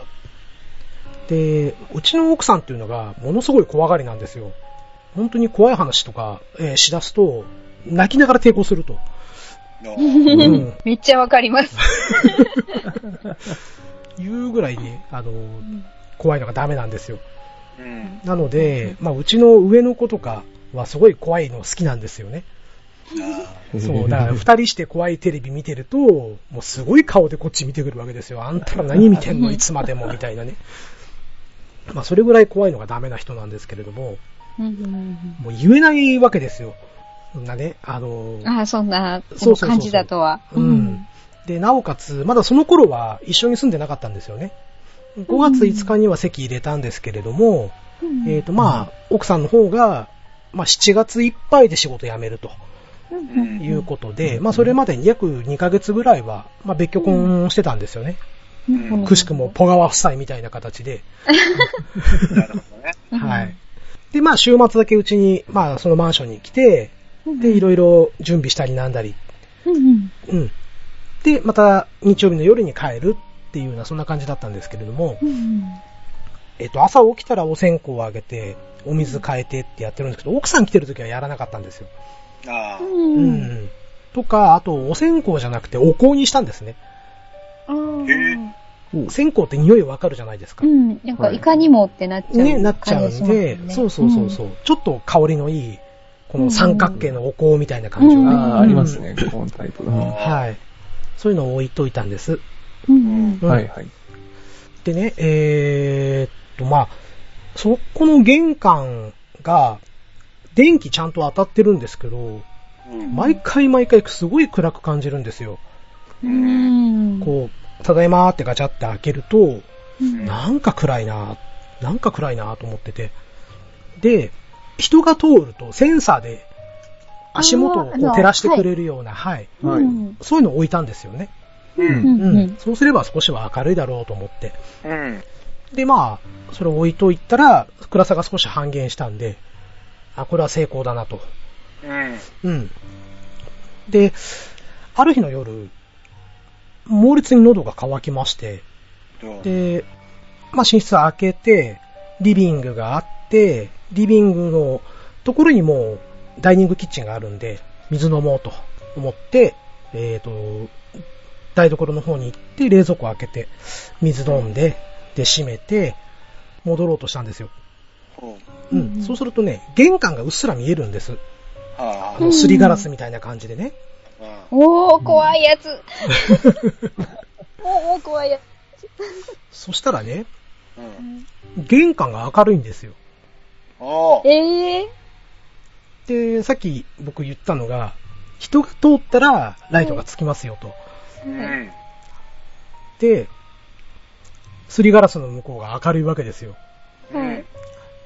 Speaker 1: で、うちの奥さんっていうのが、ものすごい怖がりなんですよ。本当に怖い話とか、えーしだすと、泣きながら抵抗すると。
Speaker 2: う
Speaker 1: う
Speaker 2: ん。
Speaker 5: うん
Speaker 1: ん。
Speaker 6: めっちゃわかります。
Speaker 1: *laughs* いうぐらいね、あの、怖いのがダメなんですよ。
Speaker 2: うん。
Speaker 1: なので、まあ、うちの上の子とかはすごい怖いの好きなんですよね。そう、だから二人して怖いテレビ見てると、もうすごい顔でこっち見てくるわけですよ。あんたら何見てんのいつまでもみたいなね。 *laughs* まあ、それぐらい怖いのがダメな人なんですけれども、
Speaker 4: うん。
Speaker 1: もう言えないわけですよ。そんなね、あの、
Speaker 4: ああ、そんな
Speaker 1: そうそうそうそう
Speaker 4: 感じだとは。
Speaker 1: うん。で、なおかつ、まだその頃は一緒に住んでなかったんですよね。5月5日には席入れたんですけれども、えっ、と、まあ、奥さんの方が、まあ、7月いっぱいで仕事辞めると *laughs*
Speaker 2: うん。
Speaker 1: いうことで、まあ、それまでに約2ヶ月ぐらいは、まあ、別居婚してたんですよね。
Speaker 2: うん
Speaker 1: くしくも、ポガワ夫妻みたいな形で。
Speaker 2: なるほどね。
Speaker 1: はい。で、まあ、週末だけうちに、まあ、そのマンションに来て、で、いろいろ準備したりなんだり、
Speaker 6: うんうん。
Speaker 1: うん。で、また日曜日の夜に帰るっていうような、そんな感じだったんですけれども、
Speaker 6: うんうん。
Speaker 1: えっと、朝起きたらお線香をあげて、お水変えてってやってるんですけど、奥さん来てる時はやらなかったんですよ。
Speaker 2: あ
Speaker 1: う
Speaker 2: あ。
Speaker 6: うんうん。
Speaker 1: ん。とか、あと、お線香じゃなくてお香にしたんですね。
Speaker 6: あー
Speaker 2: へ
Speaker 1: 線香って匂いわかるじゃないですか
Speaker 6: う。ん。
Speaker 4: なんか、いかにもってなっちゃう。
Speaker 1: ね、なっちゃうんで、そうそうそうそう、ちょっと香りのいい、この三角形のお香みたいな感じをね、
Speaker 5: ああ、ありますね。このタイプが。は
Speaker 1: はい。そういうのを置いといたんです。
Speaker 6: うんうん。
Speaker 1: うん
Speaker 5: いはい。
Speaker 1: でね、えーっと、まあ、そこの玄関が、電気ちゃんと当たってるんですけど、
Speaker 2: うん。
Speaker 1: 毎回毎回すごい暗く感じるんですよ。
Speaker 6: うん。
Speaker 1: こう、ただいまーってガチャって開けると、
Speaker 2: うん
Speaker 1: なんか暗いなーなんか暗いなーと思ってて。で、人が通るとセンサーで足元をこう
Speaker 6: あー
Speaker 1: 照らしてくれるような、はい、
Speaker 5: はい。
Speaker 1: そういうのを置いたんですよね。
Speaker 2: う。
Speaker 6: うんん
Speaker 1: う
Speaker 6: うん
Speaker 1: ん。。そうすれば少しは明るいだろうと思って。
Speaker 2: うん。
Speaker 1: で、まあ、それを置いといたら、暗さが少し半減したんで、あ、これは成功だなと。
Speaker 2: う
Speaker 1: う
Speaker 2: ん。
Speaker 1: ん。で、ある日の夜、猛烈に喉が渇きまして、
Speaker 2: どう
Speaker 1: で、まあ寝室開けて、リビングがあって、リビングのところにもうダイニングキッチンがあるんで、水飲もうと思って、えっ、と、台所の方に行って、冷蔵庫開けて、水飲んで、で閉めて、戻ろうとしたんですよ。
Speaker 2: ほう
Speaker 1: うん。そうするとね、玄関がうっすら見えるんです。
Speaker 2: は
Speaker 1: あ
Speaker 2: あ
Speaker 1: の、すりガラスみたいな感じで *laughs* ね。
Speaker 2: あ
Speaker 6: おー、怖いやつ。おー、怖いやつ。
Speaker 1: そしたらね、
Speaker 2: あ。うん。
Speaker 1: 玄関が明るいんですよ。
Speaker 2: ああ。
Speaker 6: ええ
Speaker 1: で、さっき僕言ったのが、人が通ったらライトがつきますよと。
Speaker 2: うん。
Speaker 1: で、すりガラスの向こうが明るいわけですよ。
Speaker 2: うん。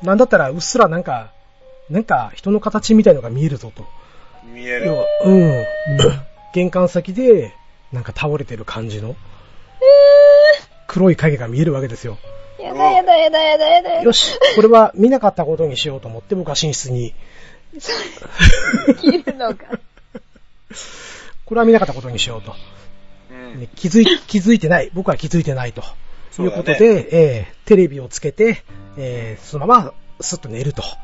Speaker 1: なんだったらうっすらなんか、なんか人の形みたいのが見えるぞと。
Speaker 2: 見え
Speaker 1: 要
Speaker 2: る。
Speaker 1: は、うん。玄関先で、なんか倒れてる感じの、黒い影が見えるわけですよ。
Speaker 6: ー。やだやだやだやだやだやだ
Speaker 1: よ。し、これは見なかったことにしようと思って僕は寝室に、
Speaker 6: 切るのか。
Speaker 1: これは見なかったことにしようと。
Speaker 2: うん。
Speaker 1: ね気づい、気づいてない。僕は気づいてないと。い
Speaker 2: そう
Speaker 1: う
Speaker 2: だ
Speaker 1: こ
Speaker 2: ね
Speaker 1: とで、えーテレビをつけて、えーそのまま、スッと寝ると。
Speaker 2: あ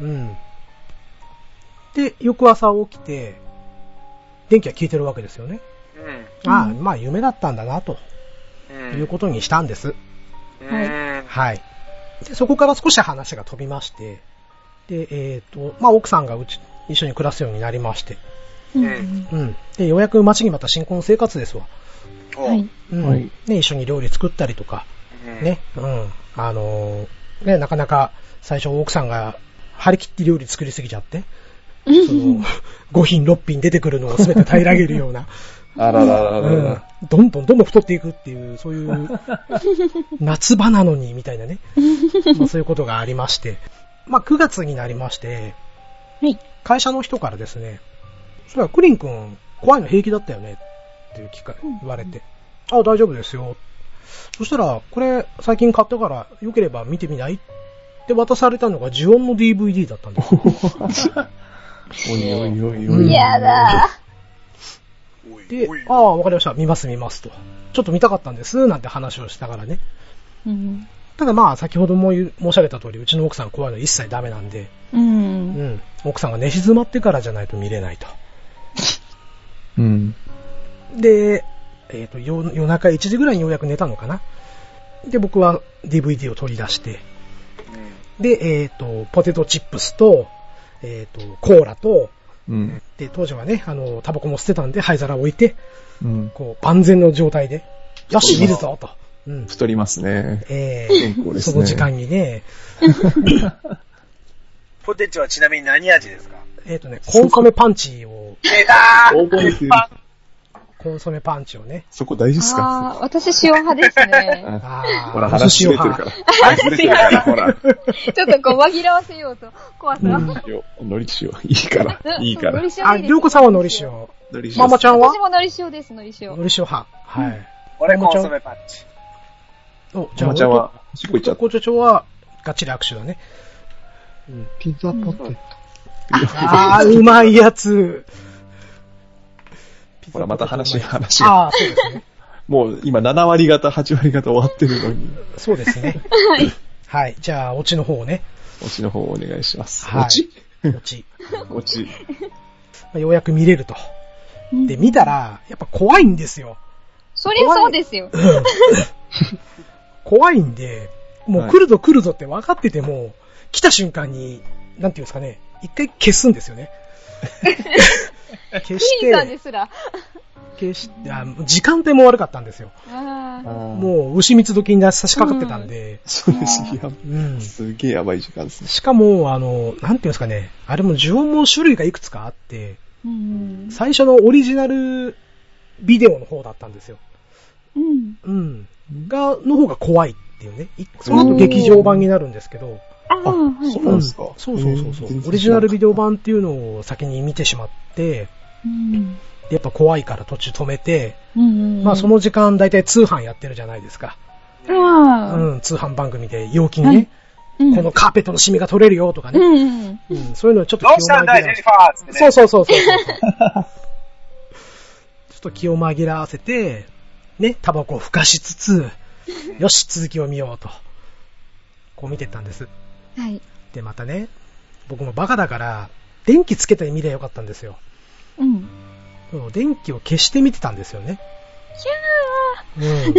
Speaker 1: うん。で、翌朝起きて、電気は消えてるわけですよね。
Speaker 2: あうん。
Speaker 1: ああ、まあ夢だったんだな、と
Speaker 2: うん。
Speaker 1: いうことにしたんです。
Speaker 2: うん。
Speaker 1: はい。で、そこから少し話が飛びまして、で、えっ、と、まあ奥さんがうち、一緒に暮らすようになりまして、
Speaker 2: うん。
Speaker 1: うん。で、ようやく街にまた新婚生活ですわ。
Speaker 2: ほう。
Speaker 1: うん。
Speaker 5: はい
Speaker 1: ね、一緒に料理作ったりとか、
Speaker 2: うん。
Speaker 1: ね、うん。あのーね、なかなか最初奥さんが張り切って料理作りすぎちゃって、その、5品6品出てくるのを全て平らげるような、
Speaker 5: あららららら
Speaker 1: うん
Speaker 5: ら。、
Speaker 1: どんどんどんどん太っていくっていう、そういう、夏場なのにみたい
Speaker 6: *laughs*
Speaker 1: なね、まあそういうことがありまして、まあ9月になりまして、
Speaker 6: はい
Speaker 1: 会社の人からですね、それはクリン君、怖いの平気だったよねっていう機会言われて、あ、大丈夫ですよ。そしたら、これ最近買ったから、よければ見てみないって渡されたのが呪音の DVD だったんですよ。
Speaker 5: おいおいおいおい。
Speaker 6: やだ
Speaker 2: おい
Speaker 1: で
Speaker 2: *laughs* おい、
Speaker 1: ああ、わかりました。見ます見ますと。ちょっと見たかったんです、なんて話をしたからね。
Speaker 6: うん。
Speaker 1: ただまあ、先ほども言う申し上げた通り、うちの奥さん怖いの一切ダメなんで、
Speaker 6: う。
Speaker 1: うんん。奥さんが寝静まってからじゃないと見れないと。
Speaker 5: うん。
Speaker 1: で、えっ、と夜、夜中1時ぐらいにようやく寝たのかな。で、僕は DVD を取り出して、で、えっ、と、ポテトチップスと、えっ、と、コーラと、
Speaker 5: うん。
Speaker 1: で、当時はね、あの、タバコも捨てたんで、灰皿置いて、
Speaker 5: うん。
Speaker 1: こう、万全の状態で、よし、見るぞと。うん。
Speaker 5: 太りますね。
Speaker 1: え
Speaker 5: 健康
Speaker 1: ー、
Speaker 5: ですね
Speaker 1: その時間にね、
Speaker 2: ポテチはちなみに何味ですか
Speaker 1: えっ、とね、コンソメパンチを、
Speaker 5: 覚えてる。
Speaker 1: コンソメパンチをね、
Speaker 5: そこ大事っすか
Speaker 6: あー、私塩派ですね。
Speaker 1: *laughs*
Speaker 5: あ
Speaker 1: あ
Speaker 5: ほら、
Speaker 1: お寿
Speaker 5: 話
Speaker 1: 司
Speaker 5: ず
Speaker 1: を
Speaker 5: れてるから。話ずれてるから、ほら。
Speaker 6: ちょっとこう紛らわせようと。怖さ。
Speaker 1: うん
Speaker 5: いいよ、のりしよう。いいから
Speaker 6: う。ん
Speaker 5: いいか
Speaker 6: そうの。
Speaker 5: ら
Speaker 6: り塩
Speaker 1: あ、
Speaker 6: いいです
Speaker 1: りょうこさんはのり塩。
Speaker 5: のりしよ
Speaker 1: マ
Speaker 5: う。
Speaker 1: マちゃんは
Speaker 6: 私ものり塩です、のり塩
Speaker 1: の。り塩派。はい。
Speaker 2: 俺コンソメパンチ。
Speaker 1: お、じゃ
Speaker 5: マ
Speaker 1: あ、
Speaker 5: マちゃんは、おしっこいっちゃっ
Speaker 1: 校長長は、がっちり握手だね。
Speaker 3: うんピザポテト。
Speaker 1: ああ、うまいやつ。
Speaker 5: ほら、また話、話が。
Speaker 1: ああ、そうですね。
Speaker 5: もう今7割方、8割方終わってるのに、
Speaker 1: そうですね。はい。じゃあ、オチの方をね。
Speaker 5: オチの方をお願いします。
Speaker 1: はい
Speaker 5: オチ
Speaker 1: オチ。
Speaker 5: オチ。
Speaker 1: まあようやく見れると。で、見たら、やっぱ怖いんですよ。
Speaker 6: そりゃそうですよ。
Speaker 1: 怖いんで、もう来るぞ来るぞって分かってても、来た瞬間に、なんていうんですかね、一回消すんですよね。消し
Speaker 6: ピーさんで
Speaker 1: て、
Speaker 6: すら。
Speaker 1: 消して、あ時間帯も悪かったんですよ。
Speaker 6: あー
Speaker 5: もう、
Speaker 1: もう、牛蜜時に差し掛かってたんで、
Speaker 5: そうですね。や
Speaker 1: うん。
Speaker 5: すげえやばい時間ですね。
Speaker 1: しかも、あの、なんていうんですかね、あれも呪文も種類がいくつかあって、
Speaker 6: うん
Speaker 1: 最初のオリジナルビデオの方だったんですよ。
Speaker 6: うん。
Speaker 1: うん。が、の方が怖いっていうね。いその後劇場版になるんですけど、
Speaker 6: ああ、はい。
Speaker 5: そうなんですか
Speaker 1: そうそうそうそう、
Speaker 5: えー
Speaker 1: オリジナルビデオ版っていうのを先に見てしまって、
Speaker 6: うん
Speaker 1: でやっぱ怖いから途中止めて、
Speaker 6: うん
Speaker 1: まあそ、の時間大体通販やってるじゃないですか。う
Speaker 6: ああ、
Speaker 1: ん、通販番組で陽気にね、
Speaker 6: うん
Speaker 1: このカーペットのシミが取れるよとか
Speaker 6: う
Speaker 1: ね、
Speaker 6: ん。
Speaker 1: うん、そういうのをちょっと
Speaker 2: どうしたんだい、ジェニファーっつってね。
Speaker 1: そうそうそうそうそう。ちょ
Speaker 5: *laughs*
Speaker 1: っと気を紛らわせて、ね、タバコをふかしつつ、よし、続きを見ようと。こう見てったんです。
Speaker 6: はい。
Speaker 1: で、またね、僕もバカだから、電気つけて見りゃよかったんですよ。
Speaker 6: うん。
Speaker 1: そう電気を消して見てたんですよね。うん。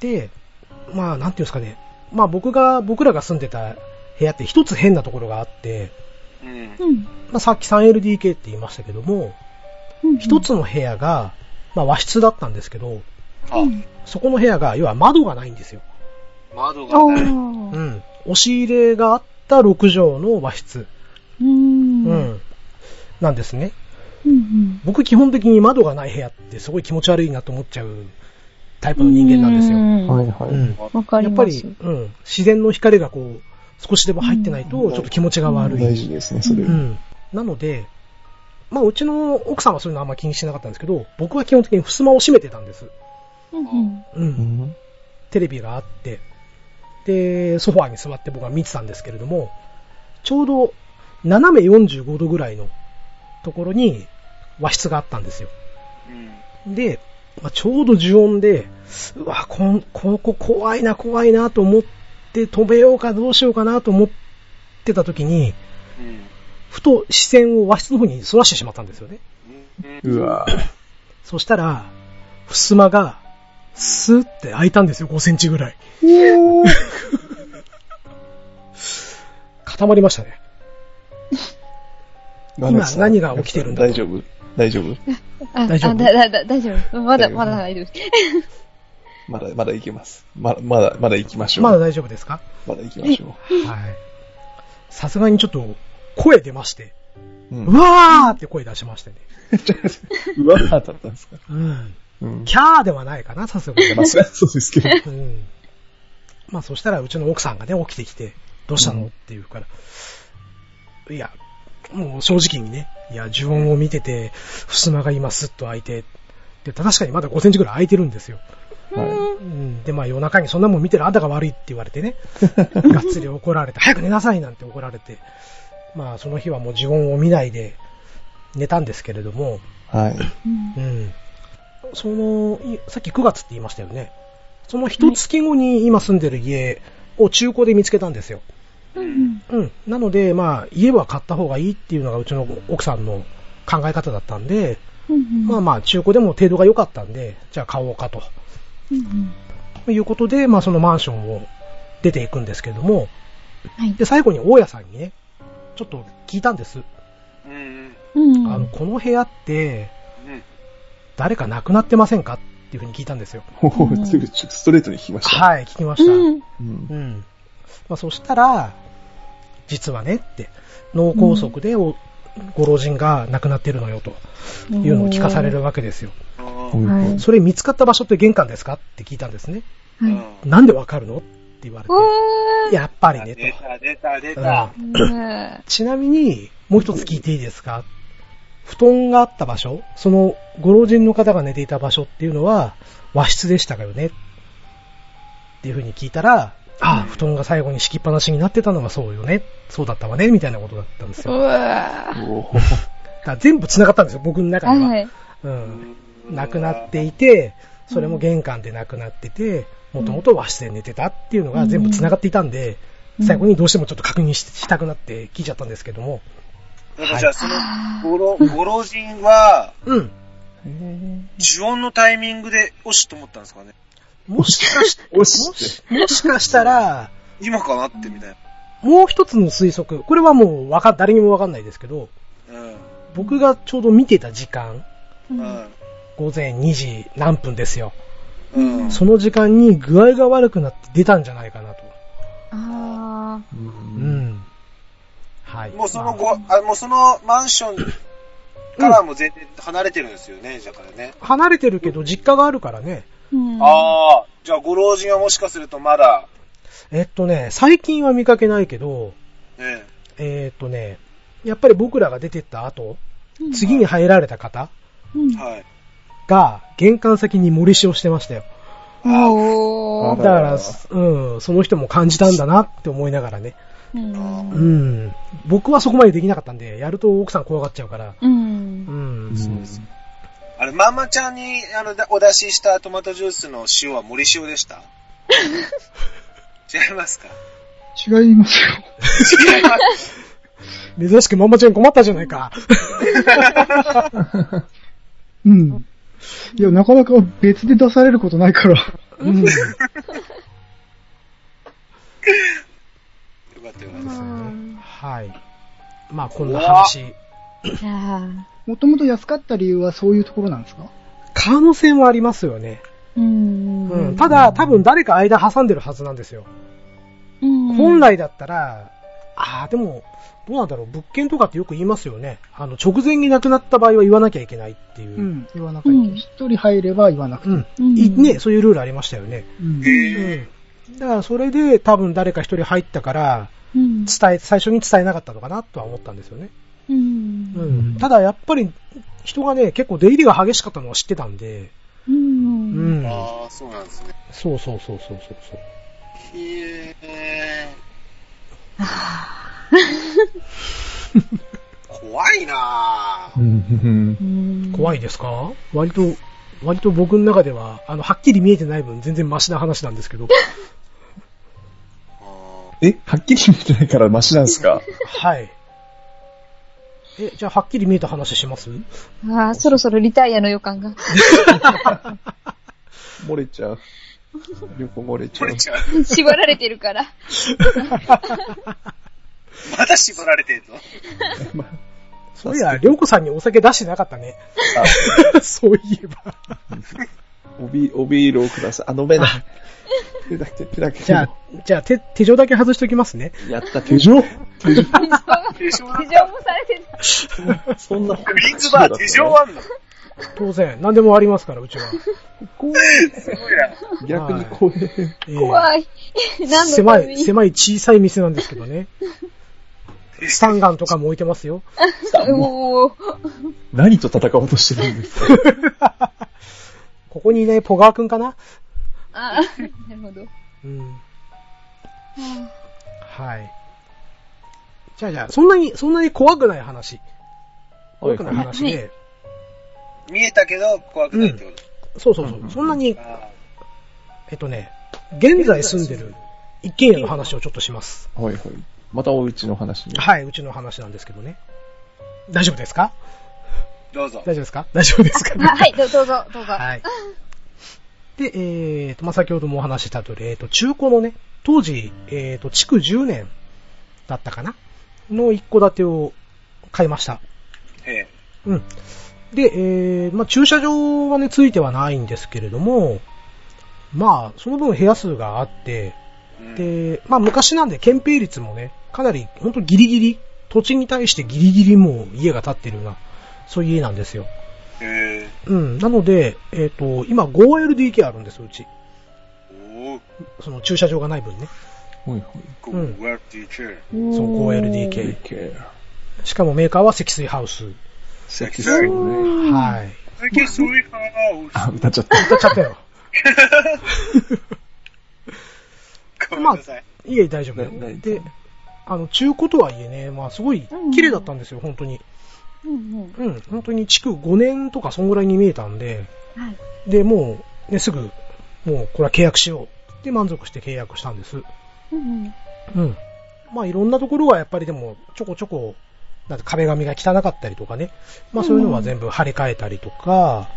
Speaker 1: で、まあ、なんていうんですかね。まあ僕が、僕らが住んでた部屋って一つ変なところがあって、
Speaker 2: うん。
Speaker 6: うん。
Speaker 1: まあさっき 3LDK って言いましたけども、
Speaker 6: うん
Speaker 1: 一つの部屋が、まあ和室だったんですけど、
Speaker 2: あ、
Speaker 1: そこの部屋が、要は窓がないんですよ。
Speaker 2: 窓が
Speaker 6: お
Speaker 2: ない。
Speaker 1: う
Speaker 6: ー。
Speaker 1: ん。押し入れがあった6畳の和室。
Speaker 6: うん。
Speaker 1: う
Speaker 6: うん。
Speaker 1: ん。なんですね。
Speaker 6: うん。
Speaker 1: 僕基本的に窓がない部屋ってすごい気持ち悪いなと思っちゃうタイプの人間なんですよ。
Speaker 6: よ。
Speaker 5: いは
Speaker 1: うん。
Speaker 6: わかり
Speaker 1: やっぱ
Speaker 6: ま
Speaker 1: り、
Speaker 6: す。
Speaker 1: うん。自然の光がこう、少しでも入ってないと、ちょっと気持ちが悪
Speaker 5: 大
Speaker 1: い。
Speaker 5: 事ですね、それ。
Speaker 1: う。
Speaker 5: うん
Speaker 1: なので、まあ、うちの奥さんはそういうのあんま気にしてなかったんですけど、僕は基本的に襖を閉めてたんです。
Speaker 6: うん。
Speaker 1: うん。
Speaker 5: ん
Speaker 1: テレビがあって、で、ソファーに座って僕は見てたんですけれども、ちょうど斜め45度ぐらいのところに和室があったんですよ。
Speaker 2: うん。
Speaker 1: で、まあ、ちょうど呪音で、うわ、こん、ここ怖いな、怖いなと思って止めようかどうしようかなと思ってた時に、
Speaker 2: うん。
Speaker 1: ふと視線を和室の方に逸らしてしまったんですよね。
Speaker 2: うん
Speaker 5: うわ
Speaker 1: そしたら、襖が、スーって開いたんですよ、5センチぐらい。固まりましたね。
Speaker 5: 今
Speaker 1: 何が起きてるんだ
Speaker 5: 大丈夫大丈夫
Speaker 6: あ
Speaker 1: 大丈夫
Speaker 6: あだだだ大丈夫。ま
Speaker 5: 大
Speaker 6: だ、
Speaker 5: 丈夫
Speaker 6: まだ大丈夫です。
Speaker 5: まだ、まだ行けます。まだ、まだ、まだ行きましょう。
Speaker 1: ま
Speaker 5: ま
Speaker 1: だ
Speaker 5: だ
Speaker 1: 大丈夫ですか
Speaker 5: 行きましょ
Speaker 1: はい。さすがにちょっと、声出まして、
Speaker 5: う。うん
Speaker 1: うわーって声出しましてね。
Speaker 5: うわだったんですか。
Speaker 1: うん。
Speaker 5: うん。
Speaker 1: キャーではないかな、さすがに。
Speaker 5: *laughs* まあ、そりゃそうですけ
Speaker 1: う
Speaker 5: ど。
Speaker 1: ん。まあそしたらうちの奥さんがね、起きてきて、どうしたのって言うから、いや、もう正直にね、いや、呪音を見てて、襖が今スッと開いて、で、確かにまだ5センチぐらい開いてるんですよ。
Speaker 5: は
Speaker 1: うん。で、まあ夜中にそんなもん見てるあんたが悪いって言われてね、がっつり怒られて、早く寝なさいなんて怒られて、まあその日はもう呪音を見ないで寝たんですけれども、
Speaker 5: い。はい。
Speaker 1: うん。その、いさっき9月って言いましたよね。その一月後に今住んでる家を中古で見つけたんですよ。
Speaker 2: うん。
Speaker 1: うん。なので、まあ、家は買った方がいいっていうのがうちの奥さんの考え方だったんで、まあまあ、中古でも程度が良かったんで、じゃあ買おうかと。ということで、まあ、そのマンションを出ていくんですけども、
Speaker 6: はい
Speaker 1: で、最後に大家さんにね、ちょっと聞いたんです。
Speaker 2: うん。
Speaker 6: うん。
Speaker 1: あの、この部屋って、
Speaker 2: うん。
Speaker 1: 誰か亡くなってませんかっていうふうに聞いたんですよ。
Speaker 5: おーちょっとストレートに聞きました。い。
Speaker 1: はい、聞きました。
Speaker 5: うん
Speaker 1: う。ん。まあ、そしたら、実はねって、脳梗塞でお、ご老人が亡くなってるのよというのを聞かされるわけですよ。
Speaker 2: う。
Speaker 5: うんん
Speaker 6: はい
Speaker 1: それ見つかった場所って玄関ですかって聞いたんですね。
Speaker 6: はい
Speaker 1: なんでわかるのって言われ
Speaker 6: お
Speaker 1: て、やっぱりね
Speaker 2: 出
Speaker 1: と。
Speaker 2: た、出た、出
Speaker 1: うん
Speaker 2: た。
Speaker 6: ー。
Speaker 1: ちなみに、もう一つ聞いていいですか布団があった場所、そのご老人の方が寝ていた場所っていうのは和室でしたかよねっていうふうに聞いたら、ああ、布団が最後に敷きっぱなしになってたのがそうよね。そうだったわね、みたいなことだったんです
Speaker 6: う
Speaker 1: よ。
Speaker 6: わー
Speaker 5: おー
Speaker 1: だから全部繋がったんですよ、僕の中
Speaker 6: は
Speaker 1: では。
Speaker 6: い。
Speaker 1: うん。亡くなっていて、それも玄関で亡くなってて、もともと和室で寝てたっていうのが全部繋がっていたんで、最後にどうしてもちょっと確認ししたくなって聞いちゃったんですけども。
Speaker 2: だからじゃあ、その、ご老、ご老人は、
Speaker 1: うん。
Speaker 2: 呪音のタイミングで、押しと思ったんですかね。
Speaker 1: もしかし、
Speaker 5: お
Speaker 1: も
Speaker 5: し
Speaker 1: し、もしかしたら、
Speaker 2: 今かなって、みたい
Speaker 1: もう一つの推測、これはもうわか、誰にもわかんないですけど、
Speaker 2: な。うん。
Speaker 1: 僕がちょうど見てた時間、
Speaker 2: うん。
Speaker 1: 午前2時何分ですよ。
Speaker 2: うん。
Speaker 1: その時間に具合が悪くなって出たんじゃないかなと。
Speaker 6: あ
Speaker 5: う
Speaker 1: うんん。はい。
Speaker 2: もうその
Speaker 1: まあ
Speaker 2: ご、あ、もうそのマンションからも全然離れてるんですよね、じゃあからね。
Speaker 1: 離れてるけど実家があるからね。
Speaker 6: ーうん
Speaker 2: ああ、じゃあご老人はもしかするとまだ、
Speaker 1: えっとね、最近は見かけないけど、
Speaker 2: ね、
Speaker 1: えっとね、やっぱり僕らが出てった後、次に入られた方
Speaker 6: うん
Speaker 2: はい。
Speaker 1: が玄関先に森死をしてましたよ。
Speaker 6: お
Speaker 5: あ
Speaker 1: だから、うん、その人も感じたんだなって思いながらね。
Speaker 6: うん
Speaker 1: うん。僕はそこまでできなかったんで、やると奥さん怖がっちゃうから。
Speaker 6: う。
Speaker 1: うんん。
Speaker 2: あれ、ママちゃんに、あの、だお出ししたトマトジュースの塩は森塩でした違いますか
Speaker 3: 違いますよ。
Speaker 2: 違います。
Speaker 1: 珍しくママちゃん困ったじゃないか。
Speaker 3: うん。いや、なかなか別で出されることないから。 *laughs*
Speaker 1: うん。
Speaker 2: よかったよかった。
Speaker 1: はい。まあ、こんな話。
Speaker 3: もともと安かった理由はそういうところなんですか
Speaker 1: 可能性もありますよね。
Speaker 6: うん
Speaker 1: うん。ただ、多分誰か間挟んでるはずなんですよ。本来だったら、ああ、でも、どうなんだろう。物件とかってよく言いますよね。あの、直前に亡くなった場合は言わなきゃいけないっていうう。
Speaker 3: ん。言わなくて。一人入れば言わなくて。
Speaker 1: うん。
Speaker 6: うん
Speaker 1: いね、そういうルールありましたよね。
Speaker 3: うん
Speaker 2: へえ
Speaker 1: うん。だから、それで多分誰か一人入ったから、
Speaker 6: うん
Speaker 1: 伝え、最初に伝えなかったのかなとは思ったんですよね。
Speaker 6: うん
Speaker 1: う
Speaker 5: うん
Speaker 1: ん。ただ、やっぱり、人がね、結構出入りが激しかったのは知ってたんで、
Speaker 6: う
Speaker 1: うんん。
Speaker 2: ああ、そうなんですね。
Speaker 1: そうそうそうそうそうそう。
Speaker 2: へえ。怖いなぁ。
Speaker 1: 怖いですか割と、割と僕の中では、あの、はっきり見えてない分、全然マシな話なんですけ *laughs* ど。
Speaker 5: え、はっきり見てないからマシなんですか
Speaker 1: はい。え、じゃあ、はっきり見えた話します
Speaker 6: あーそろそろリタイアの予感が。
Speaker 5: 漏れちゃう。旅行漏れち
Speaker 2: こ
Speaker 5: ゃ
Speaker 2: れ
Speaker 5: う。
Speaker 2: ちゃう。
Speaker 6: 縛られてるから。
Speaker 2: まだ絞られてんの
Speaker 1: そういや、りょうこさんにお酒出してなかったね。 *laughs* そういえば。
Speaker 5: おび、おビールをください。あ、飲めない。
Speaker 1: *laughs*
Speaker 5: 手だけ、手だけ。
Speaker 1: じゃあ、じゃあ、手、手錠だけ外しておきますね。
Speaker 5: やった、手錠手
Speaker 2: 手錠
Speaker 6: 非常
Speaker 5: 錠
Speaker 6: もされてた。
Speaker 5: そんな本
Speaker 2: グリーンズバー手錠あんのす
Speaker 1: 当然、何でもありますから、うち *laughs* は。
Speaker 5: 怖
Speaker 2: ごいな。
Speaker 5: い。逆に怖い。
Speaker 1: ええ
Speaker 6: 怖い。何の
Speaker 1: 狭
Speaker 6: ため
Speaker 1: い、
Speaker 6: に
Speaker 1: 狭い小さい店なんですけど *laughs* ね。スタンガンとかも置いてますよ。
Speaker 5: さあも
Speaker 6: おー
Speaker 5: う何と戦おうとしてるんですか
Speaker 1: ここにいないポガーくんかな
Speaker 6: あーなるほど。
Speaker 1: うん。はい。じゃあじゃあ、そんなに、そんなに怖くない話。怖くない話で、
Speaker 2: 見えたけど怖くないってこと。
Speaker 1: そうそうそう、そんなに、えっとね、現在住んでる一軒家の話をちょっとします。
Speaker 5: はいはい。またお家の話に。
Speaker 1: はい、うちの話なんですけどね。大丈夫ですか
Speaker 2: どうぞ。
Speaker 1: 大丈夫ですか大丈夫ですか、 *laughs*
Speaker 6: あはい、どうぞ、どうぞ。
Speaker 1: はい。 *laughs* で、えーと、まあ、先ほどもお話しした通り、えーと、中古のね、当時、えーと、築10年だったかなの一戸建てを買いました。
Speaker 2: へえ。
Speaker 1: うん。で、えー、まあ、駐車場はね、ついてはないんですけれども、まあ、その分部屋数があって、
Speaker 2: うん
Speaker 1: で、まあ、昔なんで、憲兵率もね、かなり、ほんとギリギリ、土地に対してギリギリもう家が建ってるような、そういう家なんですよ。
Speaker 2: へえ。
Speaker 1: うん。なので、えっ、と、今 5LDK あるんですよ、うち。
Speaker 2: おー、
Speaker 1: その駐車場がない分ね。
Speaker 5: はいはい。
Speaker 2: こ
Speaker 1: うん
Speaker 2: う、ワーティーチェー。
Speaker 1: その 5LDK。しかもメーカーは積水ハウス。
Speaker 5: 積水ね。
Speaker 1: はい。
Speaker 2: 最近そういう花が多い
Speaker 5: *laughs* あ、歌っちゃった。
Speaker 1: 歌っちゃったよ。
Speaker 2: ごめんなさい。
Speaker 1: いえ、大丈夫
Speaker 5: なな。い
Speaker 1: で、あの、中古とはいえね、まあ、すごい綺麗だったんですよ、本当に。
Speaker 4: うん
Speaker 1: うん、本当に築5年とか、そんぐらいに見えたんで、
Speaker 4: うん。はい。
Speaker 1: で、もう、ね、すぐ、もう、これは契約しよう。で、満足して契約したんです。
Speaker 4: うんうん。
Speaker 1: うん。まあ、いろんなところはやっぱりでも、ちょこちょこ、なんて壁紙が汚かったりとかね。まあ、そういうのは全部張り替えたりとか、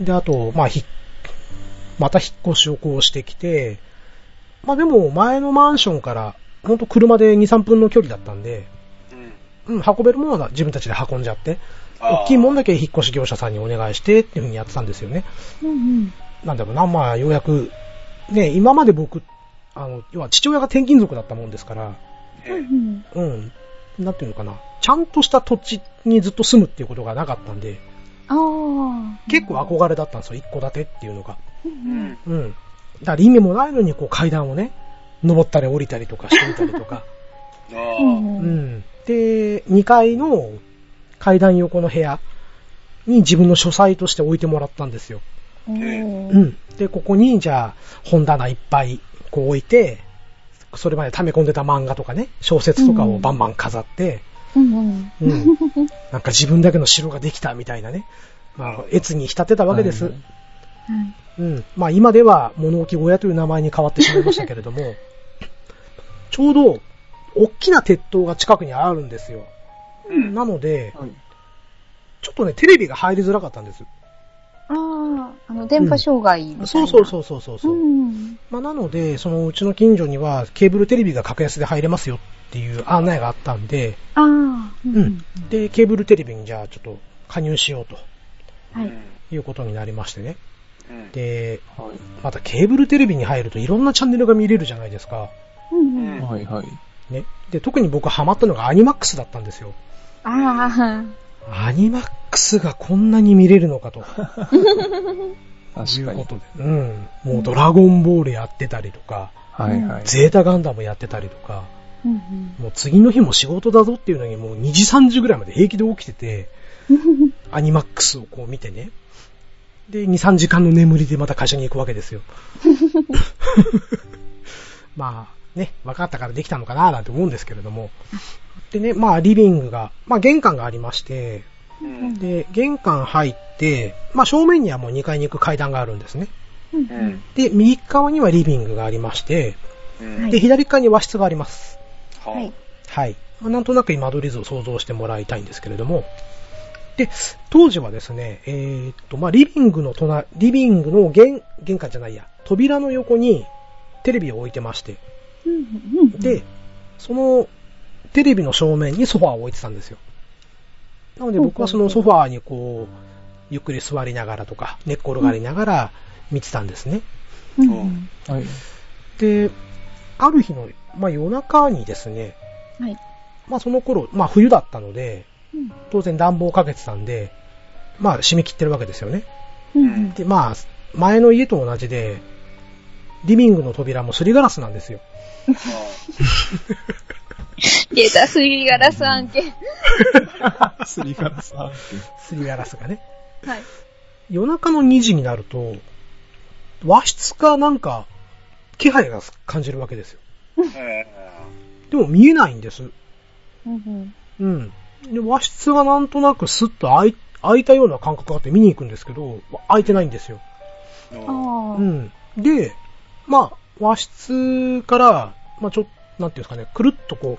Speaker 1: で、あと、まあ、ひ、また引っ越しをこうしてきて、まあ、でも、前のマンションから、ほんと車で2、3分の距離だったんで、
Speaker 2: う
Speaker 1: う
Speaker 2: ん。
Speaker 1: ん、運べるものは自分たちで運んじゃって、
Speaker 2: あー
Speaker 1: 大きいもんだけ引っ越し業者さんにお願いしてっていうふうにやってたんですよね。
Speaker 4: うん
Speaker 1: なんだろうな、まあ、ようやく、ね、今まで僕、あの、要は父親が転勤族だったもんですから、
Speaker 2: ええ
Speaker 4: うん。
Speaker 1: うん、なんていうのかな、ちゃんとした土地にずっと住むっていうことがなかったんで、
Speaker 4: ああ。
Speaker 1: 結構憧れだったんですよ、一戸建てっていうのが。
Speaker 2: うん。
Speaker 1: うん。だから意味もないのに、こう階段をね、登ったり降りたりとかしてみたりとか。
Speaker 2: あ
Speaker 4: う
Speaker 2: あ。
Speaker 4: ん
Speaker 1: *laughs* う
Speaker 4: うん。
Speaker 1: ん。で、2階の階段横の部屋に自分の書斎として置いてもらったんですよ。
Speaker 4: お
Speaker 1: う
Speaker 4: ー
Speaker 1: ん。で、ここに、じゃあ、本棚いっぱい、こう置いて、それまで溜め込んでた漫画とかね、小説とかをバンバン飾って、
Speaker 4: うんうん。
Speaker 1: うん。なんか自分だけの城ができたみたいなね。まあ、越に浸ってたわけです。
Speaker 4: はい
Speaker 1: うん。まあ、今では物置小屋という名前に変わってしまいましたけれども、ちょうど、大きな鉄塔が近くにあるんですよ。
Speaker 2: うん。
Speaker 1: なので、
Speaker 5: はい
Speaker 1: ちょっとね、テレビが入りづらかったんです。
Speaker 4: ああ、あの、電波障害みたいな。
Speaker 1: そうそうそうそうそ
Speaker 4: う。
Speaker 1: う。うんまあ、なので、そのうちの近所にはケーブルテレビが格安で入れますよっていう案内があったんで、
Speaker 4: ああ。う
Speaker 1: うん。で、ケーブルテレビにじゃあちょっと加入しようと
Speaker 4: は
Speaker 2: う
Speaker 4: い。
Speaker 2: ん
Speaker 1: いうことになりましてね。
Speaker 2: うん
Speaker 1: で、
Speaker 5: はい。
Speaker 1: またケーブルテレビに入るといろんなチャンネルが見れるじゃないですか。
Speaker 4: うんうん。
Speaker 5: はいはい。
Speaker 1: ね。で、特に僕ハマったのがアニマックスだったんですよ。
Speaker 4: あ
Speaker 1: アニマックスがこんなに見れるのかと。
Speaker 5: 確かに。
Speaker 1: うん。もうドラゴンボールやってたりとか、
Speaker 5: はいはい。
Speaker 1: ゼータガンダムやってたりとか、
Speaker 4: あ。うん
Speaker 1: もう次の日も仕事だぞっていうのにもう2時3時ぐらいまで平気で起きて
Speaker 4: *laughs*
Speaker 1: て、
Speaker 4: うん。
Speaker 1: アニマックスをこう見てね。で、2、3時間の眠りでまた会社に行くわけ
Speaker 4: *laughs*
Speaker 1: ですよ。まあ、ね、分かったからできたのかななんて思うんですけれども。でね、まあ、リビングが、まあ、玄関がありまして、
Speaker 2: うん。
Speaker 1: で、玄関入って、まあ、正面にはもう2階に行く階段があるんですね。
Speaker 2: うん。
Speaker 1: で、右側にはリビングがありまして、
Speaker 2: うん。
Speaker 1: で、左側に和室があります。
Speaker 2: は
Speaker 4: はい
Speaker 1: はい。まあなんとなく今間取り図を想像してもらいたいんですけれども。で、当時はですね、えーっと、まあ、リビングの隣、リビングの玄、玄関じゃないや、扉の横にテレビを置いてまして、
Speaker 4: うん。
Speaker 1: で、そのテレビの正面にソファーを置いてたんですよ。なので僕はそのソファーにこう、ゆっくり座りながらとか、寝っ転がりながら見てたんですね。
Speaker 4: うんん。
Speaker 5: はい。
Speaker 1: で、ある日の、まあ、夜中にですね、
Speaker 4: はい
Speaker 1: まあ、その頃、まあ、冬だったので、
Speaker 4: うん
Speaker 1: 当然暖房かけてたんで、まあ、締め切ってるわけですよね。
Speaker 4: うん。
Speaker 1: で、まあ、前の家と同じで、リビングの扉もすりガラスなんですよ。
Speaker 6: 出た、すりガラス案件。
Speaker 5: すりガラスは
Speaker 1: すりガラスがね。
Speaker 6: はい
Speaker 1: 夜中の2時になると、和室かなんか、気配が感じるわけですよ。
Speaker 2: え
Speaker 1: でも見えないんです。
Speaker 4: うん。
Speaker 1: うん。で、和室がなんとなくスッと開い開いたような感覚があって見に行くんですけど、開いてないんですよ。
Speaker 2: え
Speaker 4: あ
Speaker 2: うん
Speaker 4: あ
Speaker 1: う。ん。で、まあ、和室から、まあちょっと、なんていうんですかね、くるっとこ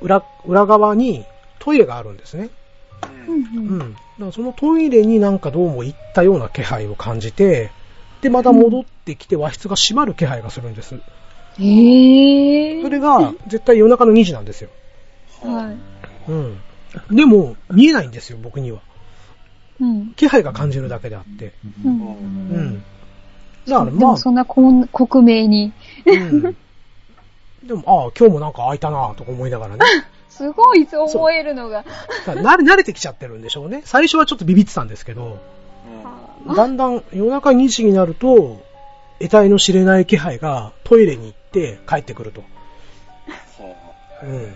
Speaker 1: う、裏、裏側にトイレがあるんですね。
Speaker 2: うん
Speaker 1: うん。だからそのトイレになんかどうも行ったような気配を感じて、で、また戻ってきて和室が閉まる気配がするんです。
Speaker 6: え
Speaker 1: それが、絶対夜中の2時なんですよ。
Speaker 6: はい。
Speaker 1: うん。でも、見えないんですよ、僕には。
Speaker 4: うん。
Speaker 1: 気配が感じるだけであって。
Speaker 4: う。
Speaker 2: うんん
Speaker 1: うん。だか
Speaker 4: で
Speaker 1: らまあ
Speaker 4: も、そんなこん克明に。
Speaker 1: うん。でも、ああ、今日もなんか開いたなぁとか思いながらね。
Speaker 6: すごい、そう思えるのが。
Speaker 1: *laughs* だから慣れ慣れてきちゃってるんでしょうね。最初はちょっとビビってたんですけど、だんだん夜中2時になると、得体の知れない気配がトイレに行って帰ってくると。うん。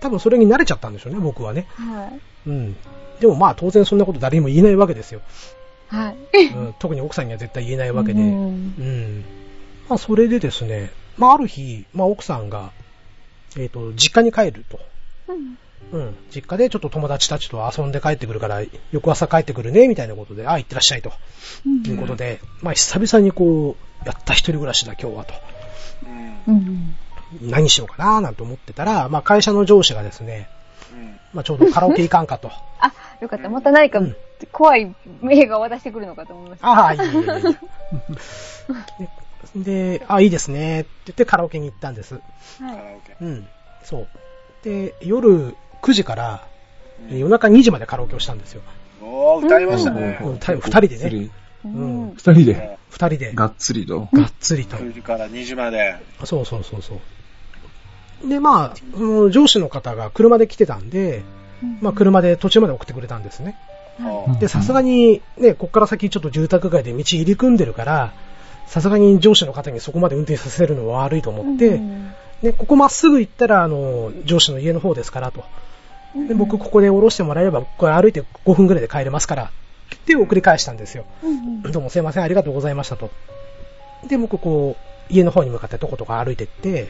Speaker 1: 多分それに慣れちゃったんでしょうね、僕はね。
Speaker 4: はい。
Speaker 1: うん。でもまあ当然そんなこと誰にも言えないわけですよ。
Speaker 4: はい。
Speaker 1: うん、特に奥さんには絶対言えないわけで。うん。まあそれでですね、まあ、ある日、まあ、奥さんが、えっ、と、実家に帰ると。
Speaker 6: うん。
Speaker 1: うん。実家でちょっと友達たちと遊んで帰ってくるから、翌朝帰ってくるね、みたいなことで、あ、行ってらっしゃいと。
Speaker 6: うん
Speaker 1: ということで、まあ、久々にこう、やった一人暮らしだ、今日はと。
Speaker 2: うん。
Speaker 4: うんうん。
Speaker 1: 何しようかな、なんて思ってたら、まあ、会社の上司がですね、
Speaker 2: うん。
Speaker 1: まあ、ちょうどカラオケ行かんか
Speaker 6: *laughs*
Speaker 1: と。
Speaker 4: あ、よかった。また何か
Speaker 1: うん
Speaker 4: 怖い映画を渡してくるのかと思いました。
Speaker 1: ああ、いいいいいいいい。で、であ、いいですね、って言ってカラオケに行ったんです。
Speaker 2: カラオケ。
Speaker 1: うん。そう。で、夜9時から
Speaker 2: うん
Speaker 1: 夜中2時までカラオケをしたんですよ。
Speaker 2: おー、歌いましたね。
Speaker 1: うん二人でね。
Speaker 4: う
Speaker 1: うん
Speaker 4: ん。
Speaker 5: 二人で、
Speaker 1: 2人で、が
Speaker 5: がっつりと。
Speaker 1: っつりと。
Speaker 2: 9時から2時まで。
Speaker 1: そうそうそうそう。で、まあ、その上司の方が車で来てたんで、まあ、車で途中まで送ってくれたんですね。
Speaker 2: お
Speaker 5: う
Speaker 2: ー
Speaker 5: ん
Speaker 1: で、さすがに、ね、こっから先ちょっと住宅街で道入り組んでるから、さすがに上司の方にそこまで運転させるのは悪いと思って、ね、ここまっすぐ行ったら、あの、上司の家の方ですからと。で、僕ここで降ろしてもらえれば、ここから歩いて5分ぐらいで帰れますから、って送り返したんですよ。どうもすいません、ありがとうございましたと。で、僕こう、家の方に向かってとことか歩いてって、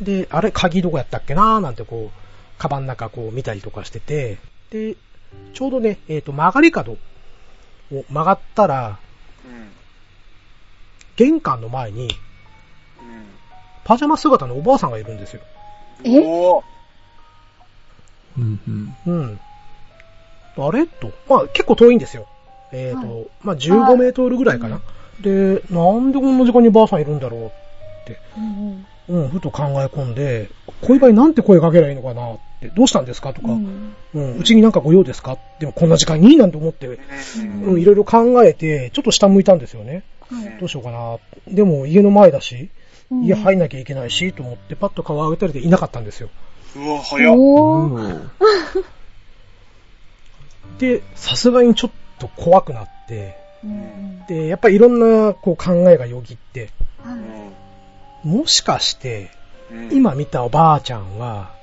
Speaker 1: で、あれ、鍵どこやったっけなーなんてこう、カバンの中こう見たりとかしてて、で、ちょうどね、えっ、と、曲がり角を曲がったら、
Speaker 2: うん。
Speaker 1: 玄関の前に、パジャマ姿のおばあさんがいるんですよ。
Speaker 2: うん。おー。
Speaker 5: うんうん。
Speaker 1: うん。あれと。まあ、結構遠いんですよ。えっ、と、まあ、15メートルぐらいかな。で、なんでこんな時間にばあさんいるんだろうって。うん、ふと考え込んで、恋バイなんて声かけりゃいいのかなって、どうしたんですかとか、うん、うちになんかご用ですかでもこんな時間になんて思って、
Speaker 2: うん
Speaker 1: うん、いろいろ考えて、ちょっと下向いたんですよね。どうしようかな。でも家の前だし、家入んなきゃいけないし、と思ってパッと顔を上げたりでいなかったんですよ。
Speaker 2: うわ、早っ。
Speaker 6: おー。
Speaker 1: で、さすがにちょっと怖くなって、
Speaker 4: うん
Speaker 1: で、やっぱりいろんなこう考えがよぎって、もしかして、
Speaker 2: うん、
Speaker 1: 今見たおばあちゃんは、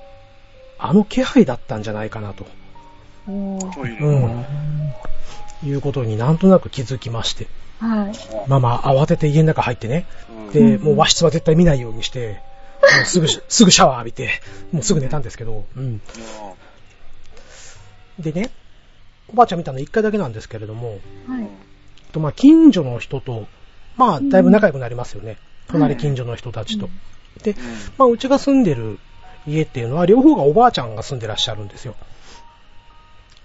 Speaker 1: あの気配だったんじゃないかなと、
Speaker 4: うんうん
Speaker 2: トイレ。
Speaker 1: う
Speaker 2: うん
Speaker 1: ん、いうことになんとなく気づきまして、
Speaker 4: はい。
Speaker 1: まあまあ慌てて家の中入ってね、で、もう和室は絶対見ないようにして、もうす *laughs* ぐ、すぐシャワー浴びて、もうすぐ寝たんですけど、うん。でね、おばあちゃん見たの一回だけなんですけれども、
Speaker 4: はい。
Speaker 1: とまあ近所の人と、まあだいぶ仲良くなりますよね。隣近所の人たちと。で、まあうちが住んでる家っていうのは両方がおばあちゃんが住んでらっしゃるんですよ。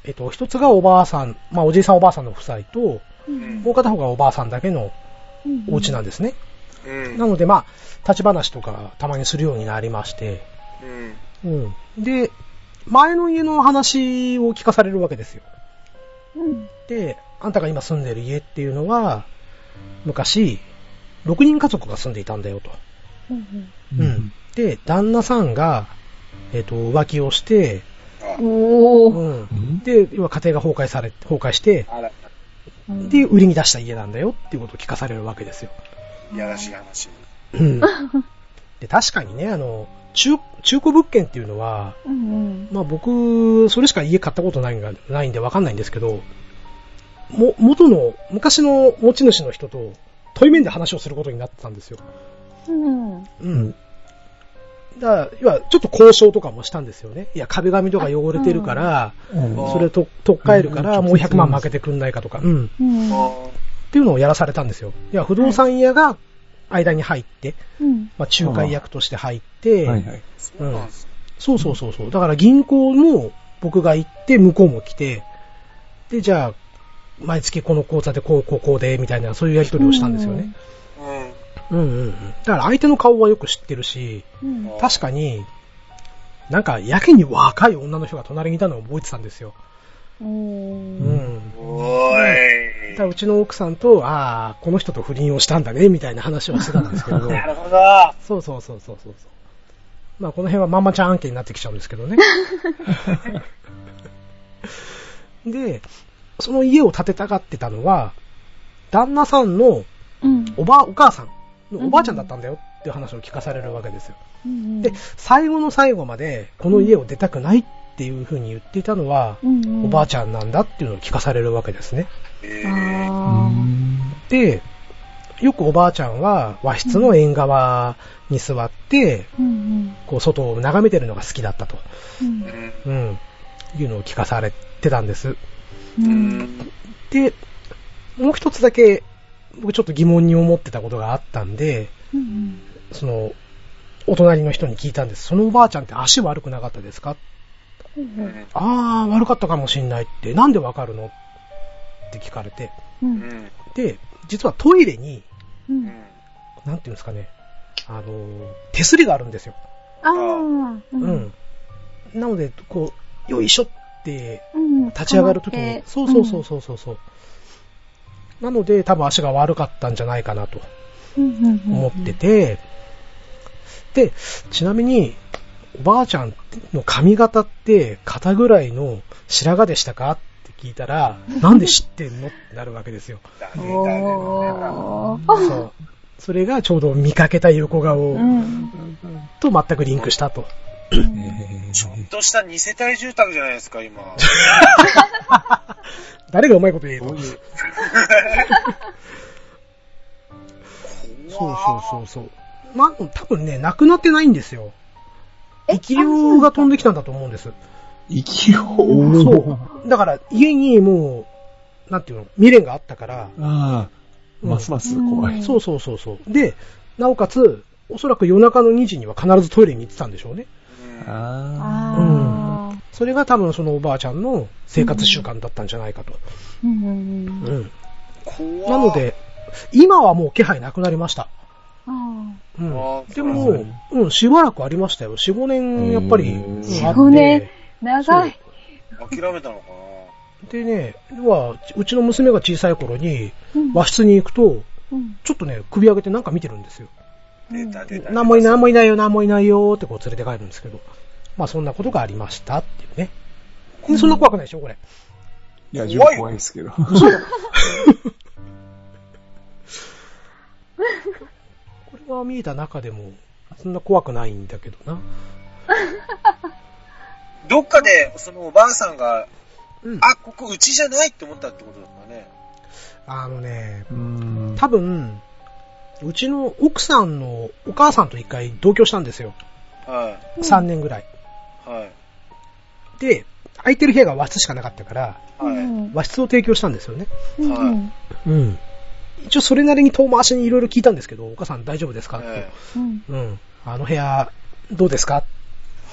Speaker 1: えっと、一つがおばあさん、まあおじいさんおばあさんの夫妻と、
Speaker 2: うん
Speaker 1: もう片方がおばあさんだけのお家なんですね。
Speaker 2: うん
Speaker 1: なのでまあ、立ち話とかたまにするようになりまして、
Speaker 2: うん
Speaker 1: うん。で、前の家の話を聞かされるわけですよ。で、あんたが今住んでる家っていうのは、昔、6人家族が住んでいたんだよと。うん。で、旦那さんが、えっ、と、浮気をして、
Speaker 4: おー。
Speaker 1: う。
Speaker 5: うんん。
Speaker 1: で、要は家庭が崩壊され、崩壊して、
Speaker 2: あら、
Speaker 1: で、売りに出した家なんだよっていうことを聞かされるわけですよ。
Speaker 2: いやらしい話。
Speaker 1: *laughs* うん。で、確かにね、あの、中、中古物件っていうのは、まあ僕、それしか家買ったことないんがないんでわかんないんですけど、も、元の、昔の持ち主の人と、対面で話をすることになってたんですよ。うん。だから、要は、ちょっと交渉とかもしたんですよね。いや、壁紙とか汚れてるから、
Speaker 2: うん
Speaker 1: それと、とっかえるから、
Speaker 5: うん
Speaker 1: もう100万負けてくんないかとか、うん。っ
Speaker 2: うん
Speaker 1: ていうのをやらされたんですよ。いや、不動産屋が間に入って、まあ、仲介役として入って、
Speaker 5: はいはい。
Speaker 2: そうなんですね
Speaker 1: そうそうそうそう。だから銀行も僕が行って、向こうも来て、で、じゃあ、毎月この口座でこうこうこうで、みたいな、そういうやり取りをしたんですよね。うんうんうん。だから相手の顔はよく知ってるし、
Speaker 2: うん
Speaker 1: 確かに、なんか、やけに若い女の人が隣にいたのを覚えてたんですよ。うん。
Speaker 2: おー
Speaker 1: だ
Speaker 2: い
Speaker 1: からうちの奥さんと、ああ、この人と不倫をしたんだね、みたいな話をしてたんですけ *laughs* ど、
Speaker 2: なるほど。
Speaker 1: そうそうそうそうそう。まあ、この辺はママちゃん案件になってきちゃうんですけどね。で、その家を建てたがってたのは、旦那さんのおば、お母さんのおばあちゃんだったんだよっていう話を聞かされるわけですよ。で、最後の最後まで、この家を出たくないっていうふうに言っていたのは、おばあちゃんなんだっていうのを聞かされるわけですね。
Speaker 2: えー
Speaker 5: うん
Speaker 1: で、よくおばあちゃんは和室の縁側に座って、
Speaker 6: うん
Speaker 1: こう外を眺めてるのが好きだったと、
Speaker 6: うん
Speaker 2: うん
Speaker 1: うん、いうのを聞かされてたんです。
Speaker 6: う
Speaker 2: うんん
Speaker 1: で、もう一つだけ僕ちょっと疑問に思ってたことがあったんで、
Speaker 6: うん
Speaker 1: その、お隣の人に聞いたんです。そのおばあちゃんって足悪くなかったですか
Speaker 2: うん
Speaker 1: あー、悪かったかもしんないって、なんでわかるのって聞かれて。
Speaker 6: うん
Speaker 1: で、実はトイレに、
Speaker 2: うんうん
Speaker 1: なんていうんですかね、あの、手すりがあるんですよ。
Speaker 6: ああう
Speaker 1: うんん。なので、こう、よいしょって
Speaker 6: うん
Speaker 1: 立ち上がるとき
Speaker 6: 止まっ
Speaker 1: に
Speaker 6: て、
Speaker 1: そうそうそうそうそうそう。なので、多分足が悪かったんじゃないかなと
Speaker 6: うんうんうん
Speaker 1: 思ってて、で、ちなみに、おばあちゃんの髪型って肩ぐらいの白髪でしたかって聞いたら、なんで知ってんのってなるわけですよ。
Speaker 2: だねだね
Speaker 6: おー
Speaker 1: そう。それがちょうど見かけた横顔
Speaker 6: うん
Speaker 1: と全くリンクしたと。
Speaker 2: ちょっとした二世帯住宅じゃないですか、今。
Speaker 1: 誰がうまいこと言えるの *laughs* そうそうそうそう。まあ、多分ね、なくなってないんですよ。生き量が飛んできたんだと思うんです。
Speaker 5: 息を追う。
Speaker 1: そう。だから、家にもう、なんていうの、未練があったから、
Speaker 5: ああ、ますます怖い。
Speaker 1: そうそうそうそう。で、なおかつ、おそらく夜中の2時には必ずトイレに行ってたんでしょうね。
Speaker 2: うん
Speaker 5: あ
Speaker 6: あ
Speaker 5: あ。
Speaker 6: ー
Speaker 1: それが多分そのおばあちゃんの生活習慣だったんじゃないかと。
Speaker 6: うんうんうん
Speaker 1: うん。
Speaker 2: 怖っ
Speaker 1: なの、で、今はもう気配なくなりました。
Speaker 6: あ
Speaker 1: うん
Speaker 2: あー
Speaker 1: で
Speaker 5: そう
Speaker 1: も
Speaker 5: なんだ、
Speaker 1: うん、しばらくありましたよ。4、5年、やっぱり、
Speaker 5: へー
Speaker 1: うん
Speaker 5: 4-5
Speaker 1: あって
Speaker 6: 5年ー長い。
Speaker 2: 諦めたのか
Speaker 1: そうでね、要は、うちの娘が小さい頃に
Speaker 6: うん、
Speaker 1: 和室に行くと、
Speaker 6: うん
Speaker 1: ちょっとね、首上げてなんか見てるんですよ。
Speaker 2: な出た出た。
Speaker 1: 何もいない、何もいないよ、何もいないよーってこう連れて帰るんですけど、まあそんなことがありましたっていうね。でそんな怖くないでしょ、これ。
Speaker 5: いや、十分怖いですけど。
Speaker 1: これは見えた中でも、そんな怖くないんだけどな。
Speaker 2: どっかで、そのおばあさんが、
Speaker 1: うん。
Speaker 2: あ、ここうちじゃないって思ったってことだったね。
Speaker 1: あのね、
Speaker 5: うん。
Speaker 1: 多分、うちの奥さんのお母さんと一回同居したんですよ。
Speaker 2: は
Speaker 1: 3年ぐらい。
Speaker 2: い。はい。
Speaker 1: で、空いてる部屋が和室しかなかったから、
Speaker 2: はい。
Speaker 1: 和室を提供したんですよね。
Speaker 6: うん
Speaker 2: はい
Speaker 6: うん
Speaker 1: うん。一応それなりに遠回しにいろいろ聞いたんですけど、お母さん大丈夫ですかって。
Speaker 2: え
Speaker 6: うん
Speaker 1: うん。あの部屋、どうですか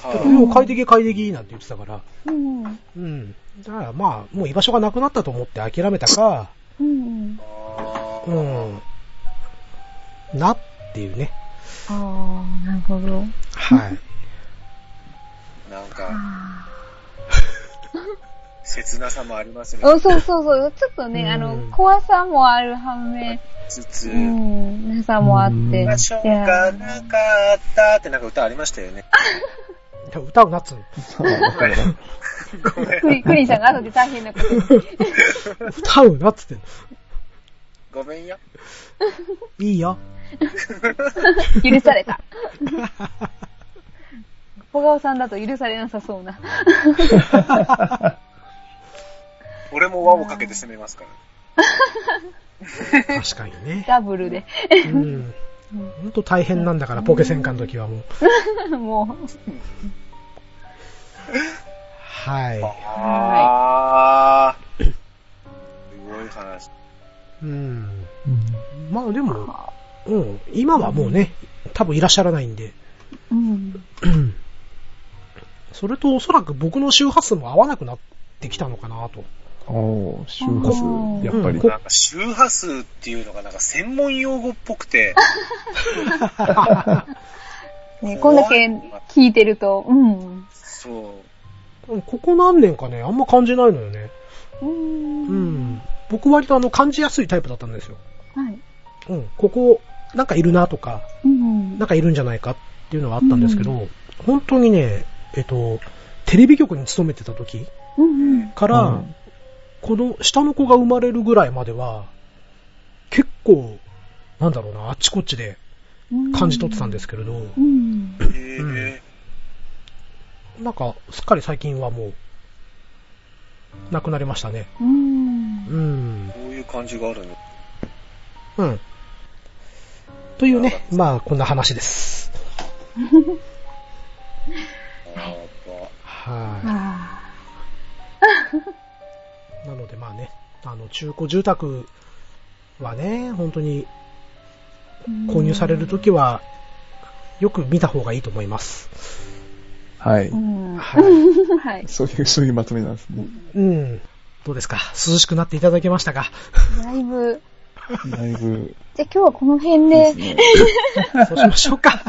Speaker 2: え
Speaker 1: って
Speaker 2: は
Speaker 1: 言ったら、快適快適なんて言ってたから、
Speaker 6: うんうん
Speaker 1: うん。だからまあ、もう居場所がなくなったと思って諦めたか、
Speaker 6: うん
Speaker 2: あ
Speaker 1: う
Speaker 2: ー
Speaker 1: ん。なっていうね。
Speaker 6: ああ、なるほど。
Speaker 1: はい。
Speaker 2: なんか、切なさもありますね。
Speaker 6: あそうそうそう。ちょっと
Speaker 1: うん
Speaker 6: ね、あの、怖さもある反面、
Speaker 2: つつ、
Speaker 6: うん、なさもあって。
Speaker 2: 場所がなかったってなんか歌ありましたよね。
Speaker 1: 歌うなっつうの。
Speaker 5: そうだから
Speaker 2: ごめん
Speaker 6: クリクリンさんが後で大変なことに。
Speaker 1: 歌うなっつってんの。
Speaker 2: ごめんよ。
Speaker 1: いい *laughs* よ。
Speaker 6: 許された。小川さんだと許されなさそうな。
Speaker 2: 俺も輪をかけて攻めますから。
Speaker 1: 確かにね。
Speaker 6: ダブルで。
Speaker 1: *laughs* うん。ほんと大変なんだから、ポケ戦艦の時はもう。
Speaker 6: も
Speaker 1: はい。
Speaker 2: あー。すごい話。
Speaker 1: うん。
Speaker 5: うん
Speaker 1: まあでも、うん。今はもうね、多分いらっしゃらないんで。
Speaker 6: う、うん。
Speaker 1: うんそれとおそらく僕の周波数も合わなくなってきたのかな *laughs* と。
Speaker 5: おー、周波数、やっぱり。
Speaker 1: うん
Speaker 2: なんか周波数っていうのがなんか専門用語っぽくて、
Speaker 6: ね、こんだけ聞いてると、うん。
Speaker 2: そう。
Speaker 1: うんここ何年かね、あんま感じないのよね。
Speaker 6: うん。
Speaker 1: うん。僕割とあの感じやすいタイプだったんですよ。
Speaker 6: はい。
Speaker 1: うん。ここ、なんかいるなとか、
Speaker 6: うん。
Speaker 1: なんかいるんじゃないかっていうのはあったんですけど、本当にね、えっと、テレビ局に勤めてた時
Speaker 6: うん。
Speaker 1: から、
Speaker 5: うん
Speaker 1: この下の子が生まれるぐらいまでは、結構、なんだろうな、あっちこっちで
Speaker 6: うん
Speaker 1: 感じ取ってたんですけれど、
Speaker 6: うん。
Speaker 2: へー
Speaker 1: なんか、すっかり最近はもう、なくなりましたね。
Speaker 6: うん。
Speaker 1: うん。
Speaker 2: こういう感じがあるの。
Speaker 1: うん。というね、まあ、こんな話です。は
Speaker 6: あ
Speaker 1: い。なのでまあね、あの、中古住宅はね、本当に
Speaker 6: ー
Speaker 1: 購入されるときは、よく見た方がいいと思います。
Speaker 5: はい。
Speaker 6: うん。は
Speaker 1: はい。
Speaker 6: い。
Speaker 5: そういう、そういうまとめなんですね。
Speaker 1: うん。どうですか涼しくなっていただけましたか
Speaker 6: だいぶ。
Speaker 5: だいぶ。
Speaker 6: じゃあ今日はこの辺で。
Speaker 5: ね
Speaker 1: そうしましょう *laughs* か。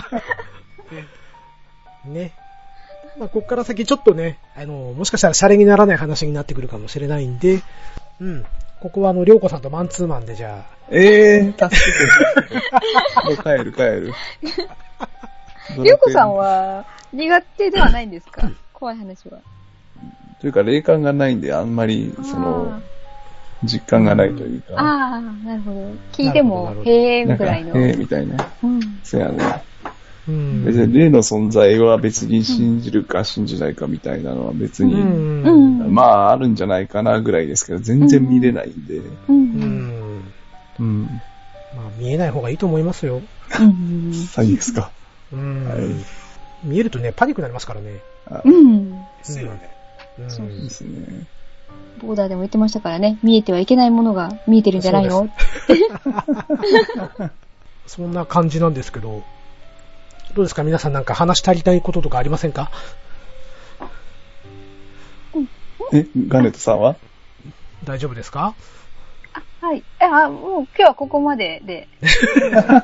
Speaker 1: ね。まあ、こっから先ちょっとね、あの、もしかしたらシャレにならない話になってくるかもしれないんで、うん。ここはあの、りょうこさんとマンツーマンでじゃあ、
Speaker 5: えー、助けて。 *laughs* もう帰る、
Speaker 6: *laughs*
Speaker 5: 帰る。
Speaker 6: りゅうこさんは苦手ではないんです
Speaker 1: *laughs*
Speaker 6: か怖い話は。
Speaker 5: というか、霊感がないんで、あんまり、その、実感がないという
Speaker 6: あー
Speaker 5: か、
Speaker 6: あー、なるほど。聞いて
Speaker 1: なるほ
Speaker 6: も
Speaker 1: どなるほ、ど
Speaker 6: へえー
Speaker 5: なん
Speaker 6: ぐ
Speaker 5: か、
Speaker 6: ら
Speaker 5: え
Speaker 6: いの。
Speaker 5: ー、みたいな。
Speaker 6: うん。
Speaker 5: そうやね。
Speaker 1: う
Speaker 5: 別
Speaker 1: ん。
Speaker 5: に霊の存在は別に信じるか信じないかみたいなのは別
Speaker 1: う
Speaker 5: に、
Speaker 1: ん。
Speaker 6: う
Speaker 1: うん。
Speaker 6: ん。
Speaker 5: まああるんじゃないかなぐらいですけど、全然見れないんで。
Speaker 6: うん。
Speaker 5: うん。
Speaker 1: まあ、見えない方がいいと思いますよ。
Speaker 6: うん。
Speaker 5: 最悪ですか。
Speaker 1: うん。
Speaker 5: はい
Speaker 1: 見えるとね、パニックになりますからね。
Speaker 5: あ
Speaker 6: う、ん。
Speaker 2: ですよね。
Speaker 1: うん。
Speaker 6: そう
Speaker 5: いいですね。
Speaker 6: ボーダーでも言ってましたからね。見えてはいけないものが見えてるんじゃない
Speaker 1: そう
Speaker 6: の
Speaker 1: でそんな感じなんですけど、どうですか皆さんなんか話し足りたいこととかありませんか
Speaker 5: え、ガネットさんは
Speaker 1: 大丈夫ですか
Speaker 6: はい。え、あ、もう今日はここまで
Speaker 1: *laughs*
Speaker 6: で。だ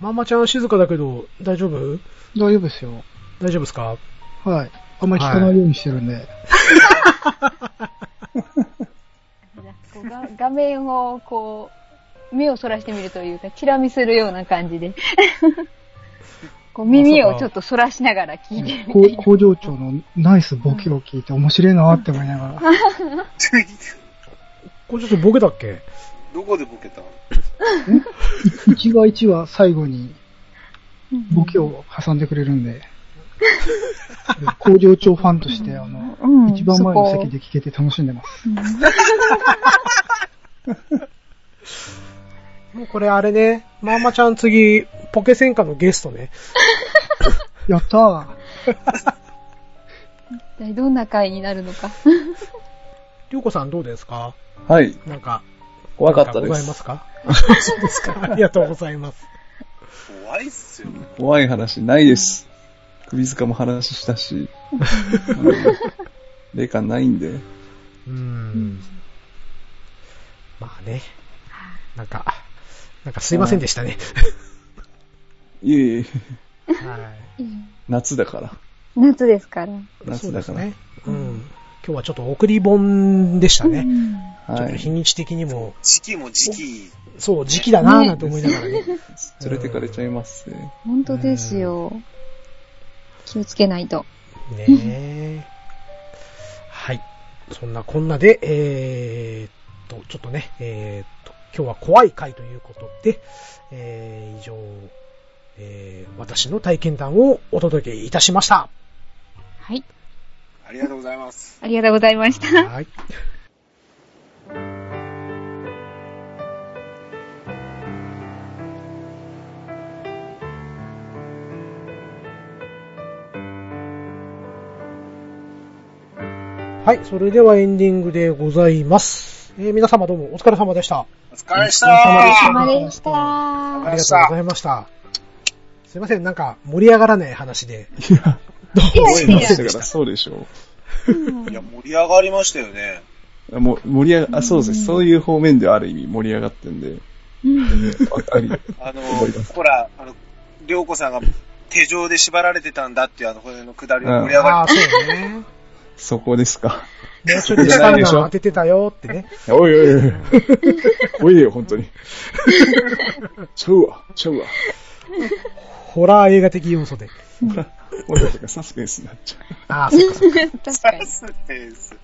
Speaker 1: ママちゃん静かだけど、大丈夫
Speaker 3: 大丈夫ですよ。
Speaker 1: 大丈夫ですか
Speaker 3: はい。あんまり聞かないようにしてるんで。
Speaker 6: こうが画面をこう、目をそらしてみるというか、チラ見するような感
Speaker 1: *laughs*
Speaker 6: じで。こう耳をちょっとそらしながら聞いてるみた
Speaker 3: こう
Speaker 6: いな。
Speaker 3: 工場長のナイスボケを聞いて面白いなって思いなが *laughs* ら。
Speaker 1: これちょっとボケだっけ
Speaker 2: どこでボケたの
Speaker 3: 1話1話最後に
Speaker 6: うん
Speaker 3: ボケを挟んでくれるんで。工場長ファンとして、あの、
Speaker 6: うん
Speaker 3: 一番前の席で聞けて楽しんでます。
Speaker 1: もうこれあれね、ママちゃん次、ポケ戦火のゲストね。
Speaker 3: やったー
Speaker 6: 一体どんな回になるのか。
Speaker 1: りょうこさんどうですか
Speaker 5: はい。
Speaker 1: なんか、
Speaker 5: 怖かった
Speaker 1: なん
Speaker 5: で。
Speaker 1: ございますすかそうですか。 *laughs* ありがとうございます。
Speaker 2: 怖いっすよ。
Speaker 5: 怖い話ないです。首塚も話した *laughs* し。うん霊感ないんで。
Speaker 1: うん。まあね。なんか、なんかすいませんでしたね。
Speaker 5: いえいえ、
Speaker 1: は
Speaker 5: 夏だから。
Speaker 6: 夏ですから。
Speaker 1: い。
Speaker 5: 夏だ
Speaker 1: そう
Speaker 5: か
Speaker 1: ですね。
Speaker 5: ら。
Speaker 1: うん。今日はちょっと送り本でしたね。ちょ
Speaker 5: は
Speaker 1: っと
Speaker 5: い。
Speaker 1: 日にち的にも、
Speaker 2: 時期も時期。
Speaker 1: そう、時期だなぁなんて思いながらね。
Speaker 5: 連れてかれちゃいますね。
Speaker 6: 本当ですよ。気をつけないと。
Speaker 1: ねえ。はい。そんなこんなで、えー、っと、ちょっとね、えー、っと、今日は怖い回ということで、えー、以上、えー、私の体験談をお届けいたしました。
Speaker 6: はい。
Speaker 2: ありがとうございます。
Speaker 6: ありがとうございました。
Speaker 1: はい。はい、それではエンディングでございます。えー皆様どうもお疲れ様でした。
Speaker 2: お疲れでした
Speaker 6: お疲
Speaker 2: ー
Speaker 6: れでした。
Speaker 2: お
Speaker 1: あ
Speaker 2: 疲れ
Speaker 1: り
Speaker 2: で
Speaker 1: が
Speaker 2: し
Speaker 1: とう
Speaker 2: た
Speaker 1: ございました。すいません、なんか盛り上がらない話で。
Speaker 6: いや
Speaker 5: 声
Speaker 6: い
Speaker 5: 出
Speaker 6: やい
Speaker 5: し
Speaker 6: や
Speaker 5: てからそうでしょ
Speaker 2: いや、盛り上がりましたよね。
Speaker 5: う。もう盛り上が、あ、そうですね。そういう方面ではある意味盛り上がってんで。わか *laughs* り。
Speaker 2: あの
Speaker 5: 思いま、す
Speaker 2: ほら、あの、りょうこさんが手錠で縛られてたんだっていうあの、これのくだりの盛り上が
Speaker 1: ああ、そうね。
Speaker 2: *laughs*
Speaker 1: も
Speaker 5: そこですか。
Speaker 1: うちょっと近いの当ててたよってね。
Speaker 5: おいおいおい。 *laughs* おいよ、本当 *laughs* に。ちゃうわ、ち *laughs* ゃうわ。
Speaker 1: ホラー映画的要素で。
Speaker 5: ほら、俺たちがサスペンスになっちゃ
Speaker 1: ああ、そっかそっか
Speaker 2: り。
Speaker 6: 確かに。
Speaker 2: サスペンス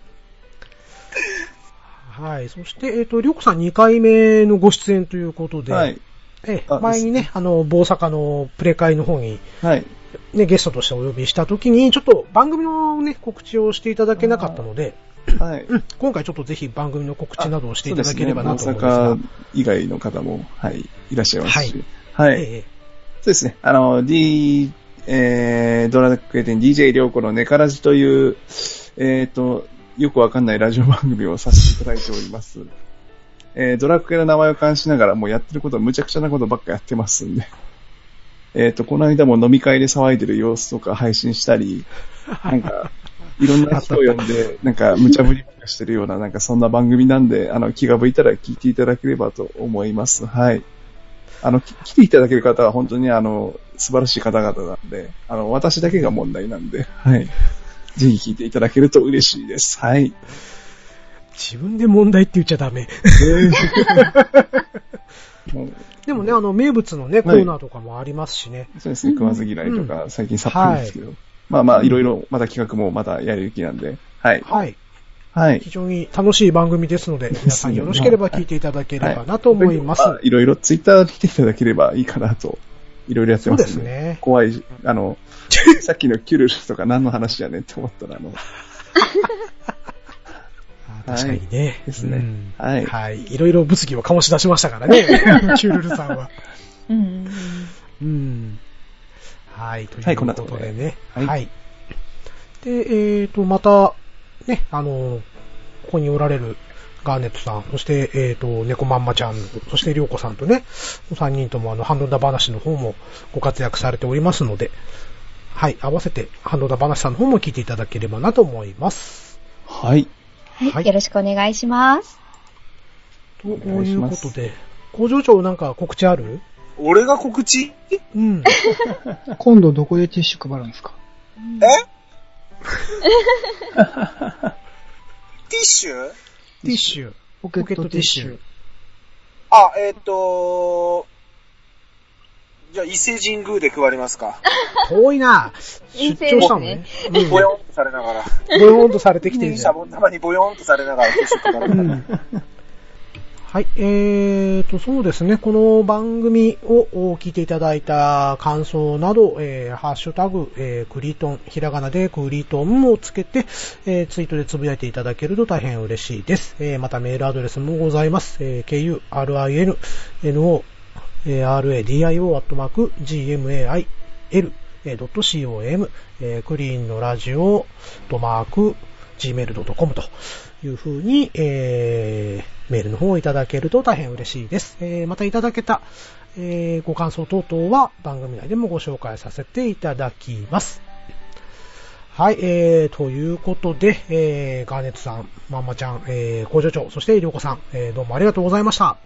Speaker 1: はい。そして、えっ、と、りょうこさん2回目のご出演ということ
Speaker 5: う。
Speaker 1: で、
Speaker 5: はい。
Speaker 1: ええ
Speaker 5: あ
Speaker 1: 前にね、あの、大阪のプレ会の方に、
Speaker 5: はい。
Speaker 1: ね、ゲストとしてお呼びした時に、ちょっと番組のね、告知をしていただけなかったので、
Speaker 5: はい。
Speaker 1: うん今回ちょっとぜひ番組の告知などをしていただければなと
Speaker 5: そう
Speaker 1: 思い
Speaker 5: ですね
Speaker 1: ま
Speaker 5: 大阪以外の方も、はい。いらっしゃいますし。
Speaker 1: え
Speaker 5: はい。
Speaker 1: え
Speaker 5: そうですね。あの、D、えー、ドラクエ10 DJ 良子のネカラジという、えーと、よくわかんないラジオ番組をさせていただいております。えー、ドラクエの名前を冠しながら、もうやってることは無茶苦茶なことばっかやってますんで。えーと、この間も飲み会で騒いでる様子とか配信したり、なんか、いろんな人を呼んで、なんか、無茶ぶりばっかしてるような、なんか、そんな番組なんで、あの、気が向いたら聞いていただければと思います。はい。あの、き来ていただける方は本当にあの、素晴らしい方々なんで、あの、私だけが問題なんで、はい。ぜひ聞いていただけると嬉しいです。はい。
Speaker 1: 自分で問題って言っちゃダメ。 *laughs*
Speaker 5: もう
Speaker 1: でもね、あの、名物のね、コーナーとかもありますしね。
Speaker 5: そうですね、食わず嫌いとか、最近さっぱりですけど。まあまあ、いろいろ、また企画もまたやる気なんで、はい。
Speaker 1: はい。
Speaker 5: はい
Speaker 1: 非。常に楽しい番組ですので、皆さんよろしければ聞いていただければなと思います。
Speaker 5: はいいろいろツイッター来ていただければいいかなと、いろいろやってます
Speaker 1: そうですね
Speaker 5: 怖い、あ *laughs* の、さっきのキュルルスとか何の話やねんって思ったら、あの、
Speaker 1: あー確かにね。
Speaker 5: ですね
Speaker 1: うん
Speaker 5: はい
Speaker 1: はい。いろいろ物議を醸し出しましたからね、 *laughs* チュルルさんは。
Speaker 6: うん。
Speaker 1: うん。はい、とい
Speaker 5: はいうこんな
Speaker 1: こと
Speaker 5: こ
Speaker 1: と
Speaker 5: ろで
Speaker 1: でね。は。
Speaker 5: はいい
Speaker 1: で、えっ、と、また、ね、あのーここにおられるガーネットさん、そして、えっ、と、猫まんまちゃん、そしてりょうこさんとね、お三人ともあの、ハンドダ話の方もご活躍されておりますので、はい、合わせて、ハンドダ話さんの方も聞いていただければなと思います。
Speaker 5: はい。
Speaker 1: は
Speaker 4: はいい。よろしくお願いします。
Speaker 1: と
Speaker 5: お願
Speaker 1: い
Speaker 5: いし
Speaker 1: う
Speaker 5: ま
Speaker 1: こ
Speaker 5: す
Speaker 1: とで、工場長なんか告知ある
Speaker 2: 俺が告知
Speaker 4: *laughs*
Speaker 1: うん。
Speaker 3: 今度どこでティッシュ配るんですか
Speaker 2: *laughs* ティッシュ
Speaker 1: ティッシュ。
Speaker 3: ポケットティッシュ。
Speaker 2: あ、えっ、とじゃあ伊勢神宮で配りますか。
Speaker 1: 遠いな。出
Speaker 6: 遠征
Speaker 1: 張したのね。うん
Speaker 2: ぼよんとされながら。
Speaker 1: ボヨーンとされてきてる
Speaker 2: シ
Speaker 1: じゃ
Speaker 2: ャ
Speaker 1: ん。
Speaker 2: ボン玉にぼよんとされながらティッシュ配る。
Speaker 1: はい、えーと、そうですね、この番組をお聞いていただいた感想など、えーハッシュタグ、えークリトン、ひらがなでクリトンをつけて、えーツイートでつぶやいていただけると大変嬉しいです。えーまたメールアドレスもございます。えー kurinno radio.gmail.com、えークリーンのラジオ、とマーク、gmail.com というふうに、えーメールの方をいただけると大変嬉しいです。えーまたいただけた、えーご感想等々は番組内でもご紹介させていただきます。はい、えー、ということで、えーガーネットさん、まんまちゃん、えー工場長、そして、りょうこさん、えーどうもありがとうございました。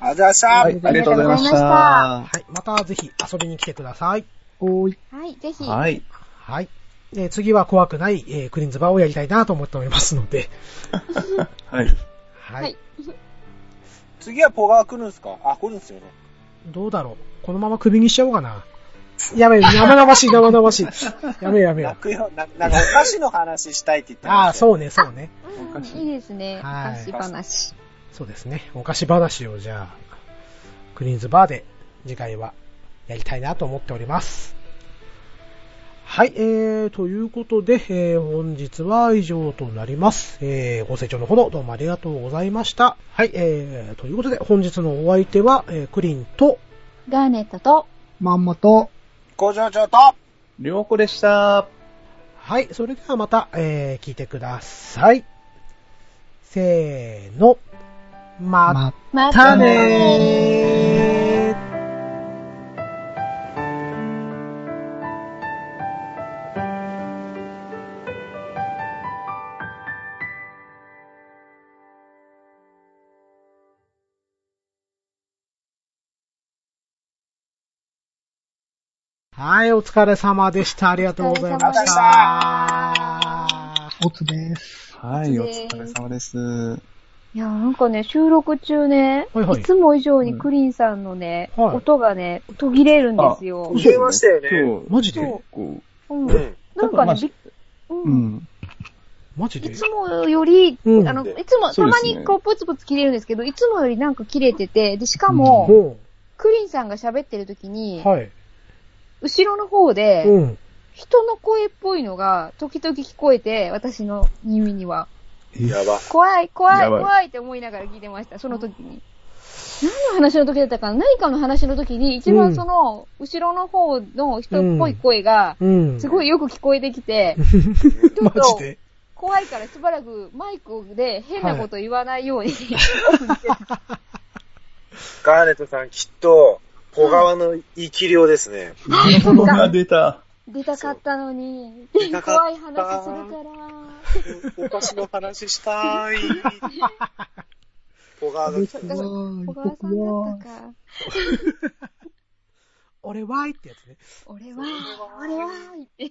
Speaker 2: あざっしゃ
Speaker 5: は
Speaker 2: ー
Speaker 5: い、ありがとうございまし
Speaker 1: は
Speaker 5: た。
Speaker 1: い、またぜひ遊びに来てください。
Speaker 3: おーい。
Speaker 4: はい。ぜひ。
Speaker 5: はい。
Speaker 1: はい。えー次は怖くない、えークリーンズバーをやりたいなと思っておりますので、
Speaker 5: は
Speaker 1: は
Speaker 5: い。
Speaker 1: い。
Speaker 4: はい
Speaker 2: 次はポガー来るんすかあ、来るんすよね。
Speaker 1: どうだろうこのまま首にしちゃおうかな。やめ、生々しい、生々しい。やめよやめよ
Speaker 2: 泣。くよ。ななんかお菓子の話したいって言って
Speaker 1: ああ、
Speaker 2: う。
Speaker 1: そうね、そうね。
Speaker 4: うんいいですね。
Speaker 1: はい
Speaker 4: 昔話。
Speaker 1: そうですね。お菓子話をじゃあ、クリーンズバーで次回はやりたいなと思っております。はい、えー、ということで、えー本日は以上となります。えー、ご清聴のほどどうもありがとうございました。はい、えー、ということで、本日のお相手は、えークリーンと、
Speaker 4: ガーネットと、
Speaker 3: まんまと、
Speaker 2: 工場長と
Speaker 5: りょうこでした。
Speaker 1: はい、それではまた、えー聞いてください。せーの、ま
Speaker 3: ま
Speaker 4: ま
Speaker 1: たねー。はい、お疲れ様でした。ありがとうございま
Speaker 2: お疲れ様で
Speaker 1: し。
Speaker 2: した
Speaker 3: おつです。
Speaker 5: はい、お疲れ様です。
Speaker 6: いや、なんかね、収録中ね、
Speaker 1: はいはい
Speaker 6: いつも以上にクリンさんのね、
Speaker 1: はい
Speaker 6: 音がね、途切れるんですよ。
Speaker 2: 消えましたよね
Speaker 5: 今日、
Speaker 1: マジで
Speaker 5: 結構、
Speaker 6: うん
Speaker 2: う。ん。
Speaker 6: なんか
Speaker 5: まあ
Speaker 6: ね、びっ
Speaker 5: う
Speaker 6: うん
Speaker 2: *laughs*
Speaker 5: ん。
Speaker 1: マジ
Speaker 6: い
Speaker 1: で
Speaker 6: つもより、
Speaker 1: うん
Speaker 6: あの、いつも、
Speaker 5: そ
Speaker 6: た
Speaker 5: うで
Speaker 6: ます
Speaker 5: ね
Speaker 6: にこう、プツプツ切れるんですけど、いつもよりなんか切れてて、で、しかも、
Speaker 1: も
Speaker 6: クリンさんが喋ってる時
Speaker 1: う
Speaker 6: に、
Speaker 1: はい。
Speaker 6: 後ろの方で、
Speaker 1: うん。
Speaker 6: 人の声っぽいのが、時々聞こえて、私の耳には。
Speaker 2: やば。
Speaker 6: 怖い、怖い、
Speaker 5: やばい
Speaker 6: 怖いって思いながら聞いてました、その時に。何の話の時だったかな何かの話の時に、一番その、後ろの方の人っぽい声が、
Speaker 1: うん。
Speaker 6: すごいよく聞こえてきて、ち
Speaker 1: *laughs*
Speaker 6: ょ
Speaker 1: マ
Speaker 6: っと
Speaker 1: ジで。
Speaker 6: 怖いからしばらくマイクで変なこと言わないように、
Speaker 2: ガーネットさんきっと、小川の生き量ですね。
Speaker 5: いいものが出た。
Speaker 6: 出たかったのに、
Speaker 2: 出たかった
Speaker 6: 怖い話するから、
Speaker 2: お菓子の話したい。小川が来た。
Speaker 3: 僕は、
Speaker 6: 小川さ
Speaker 3: 僕は
Speaker 6: んだっ、たか。
Speaker 1: 俺はーいってやつね。
Speaker 6: 俺は、俺は、って。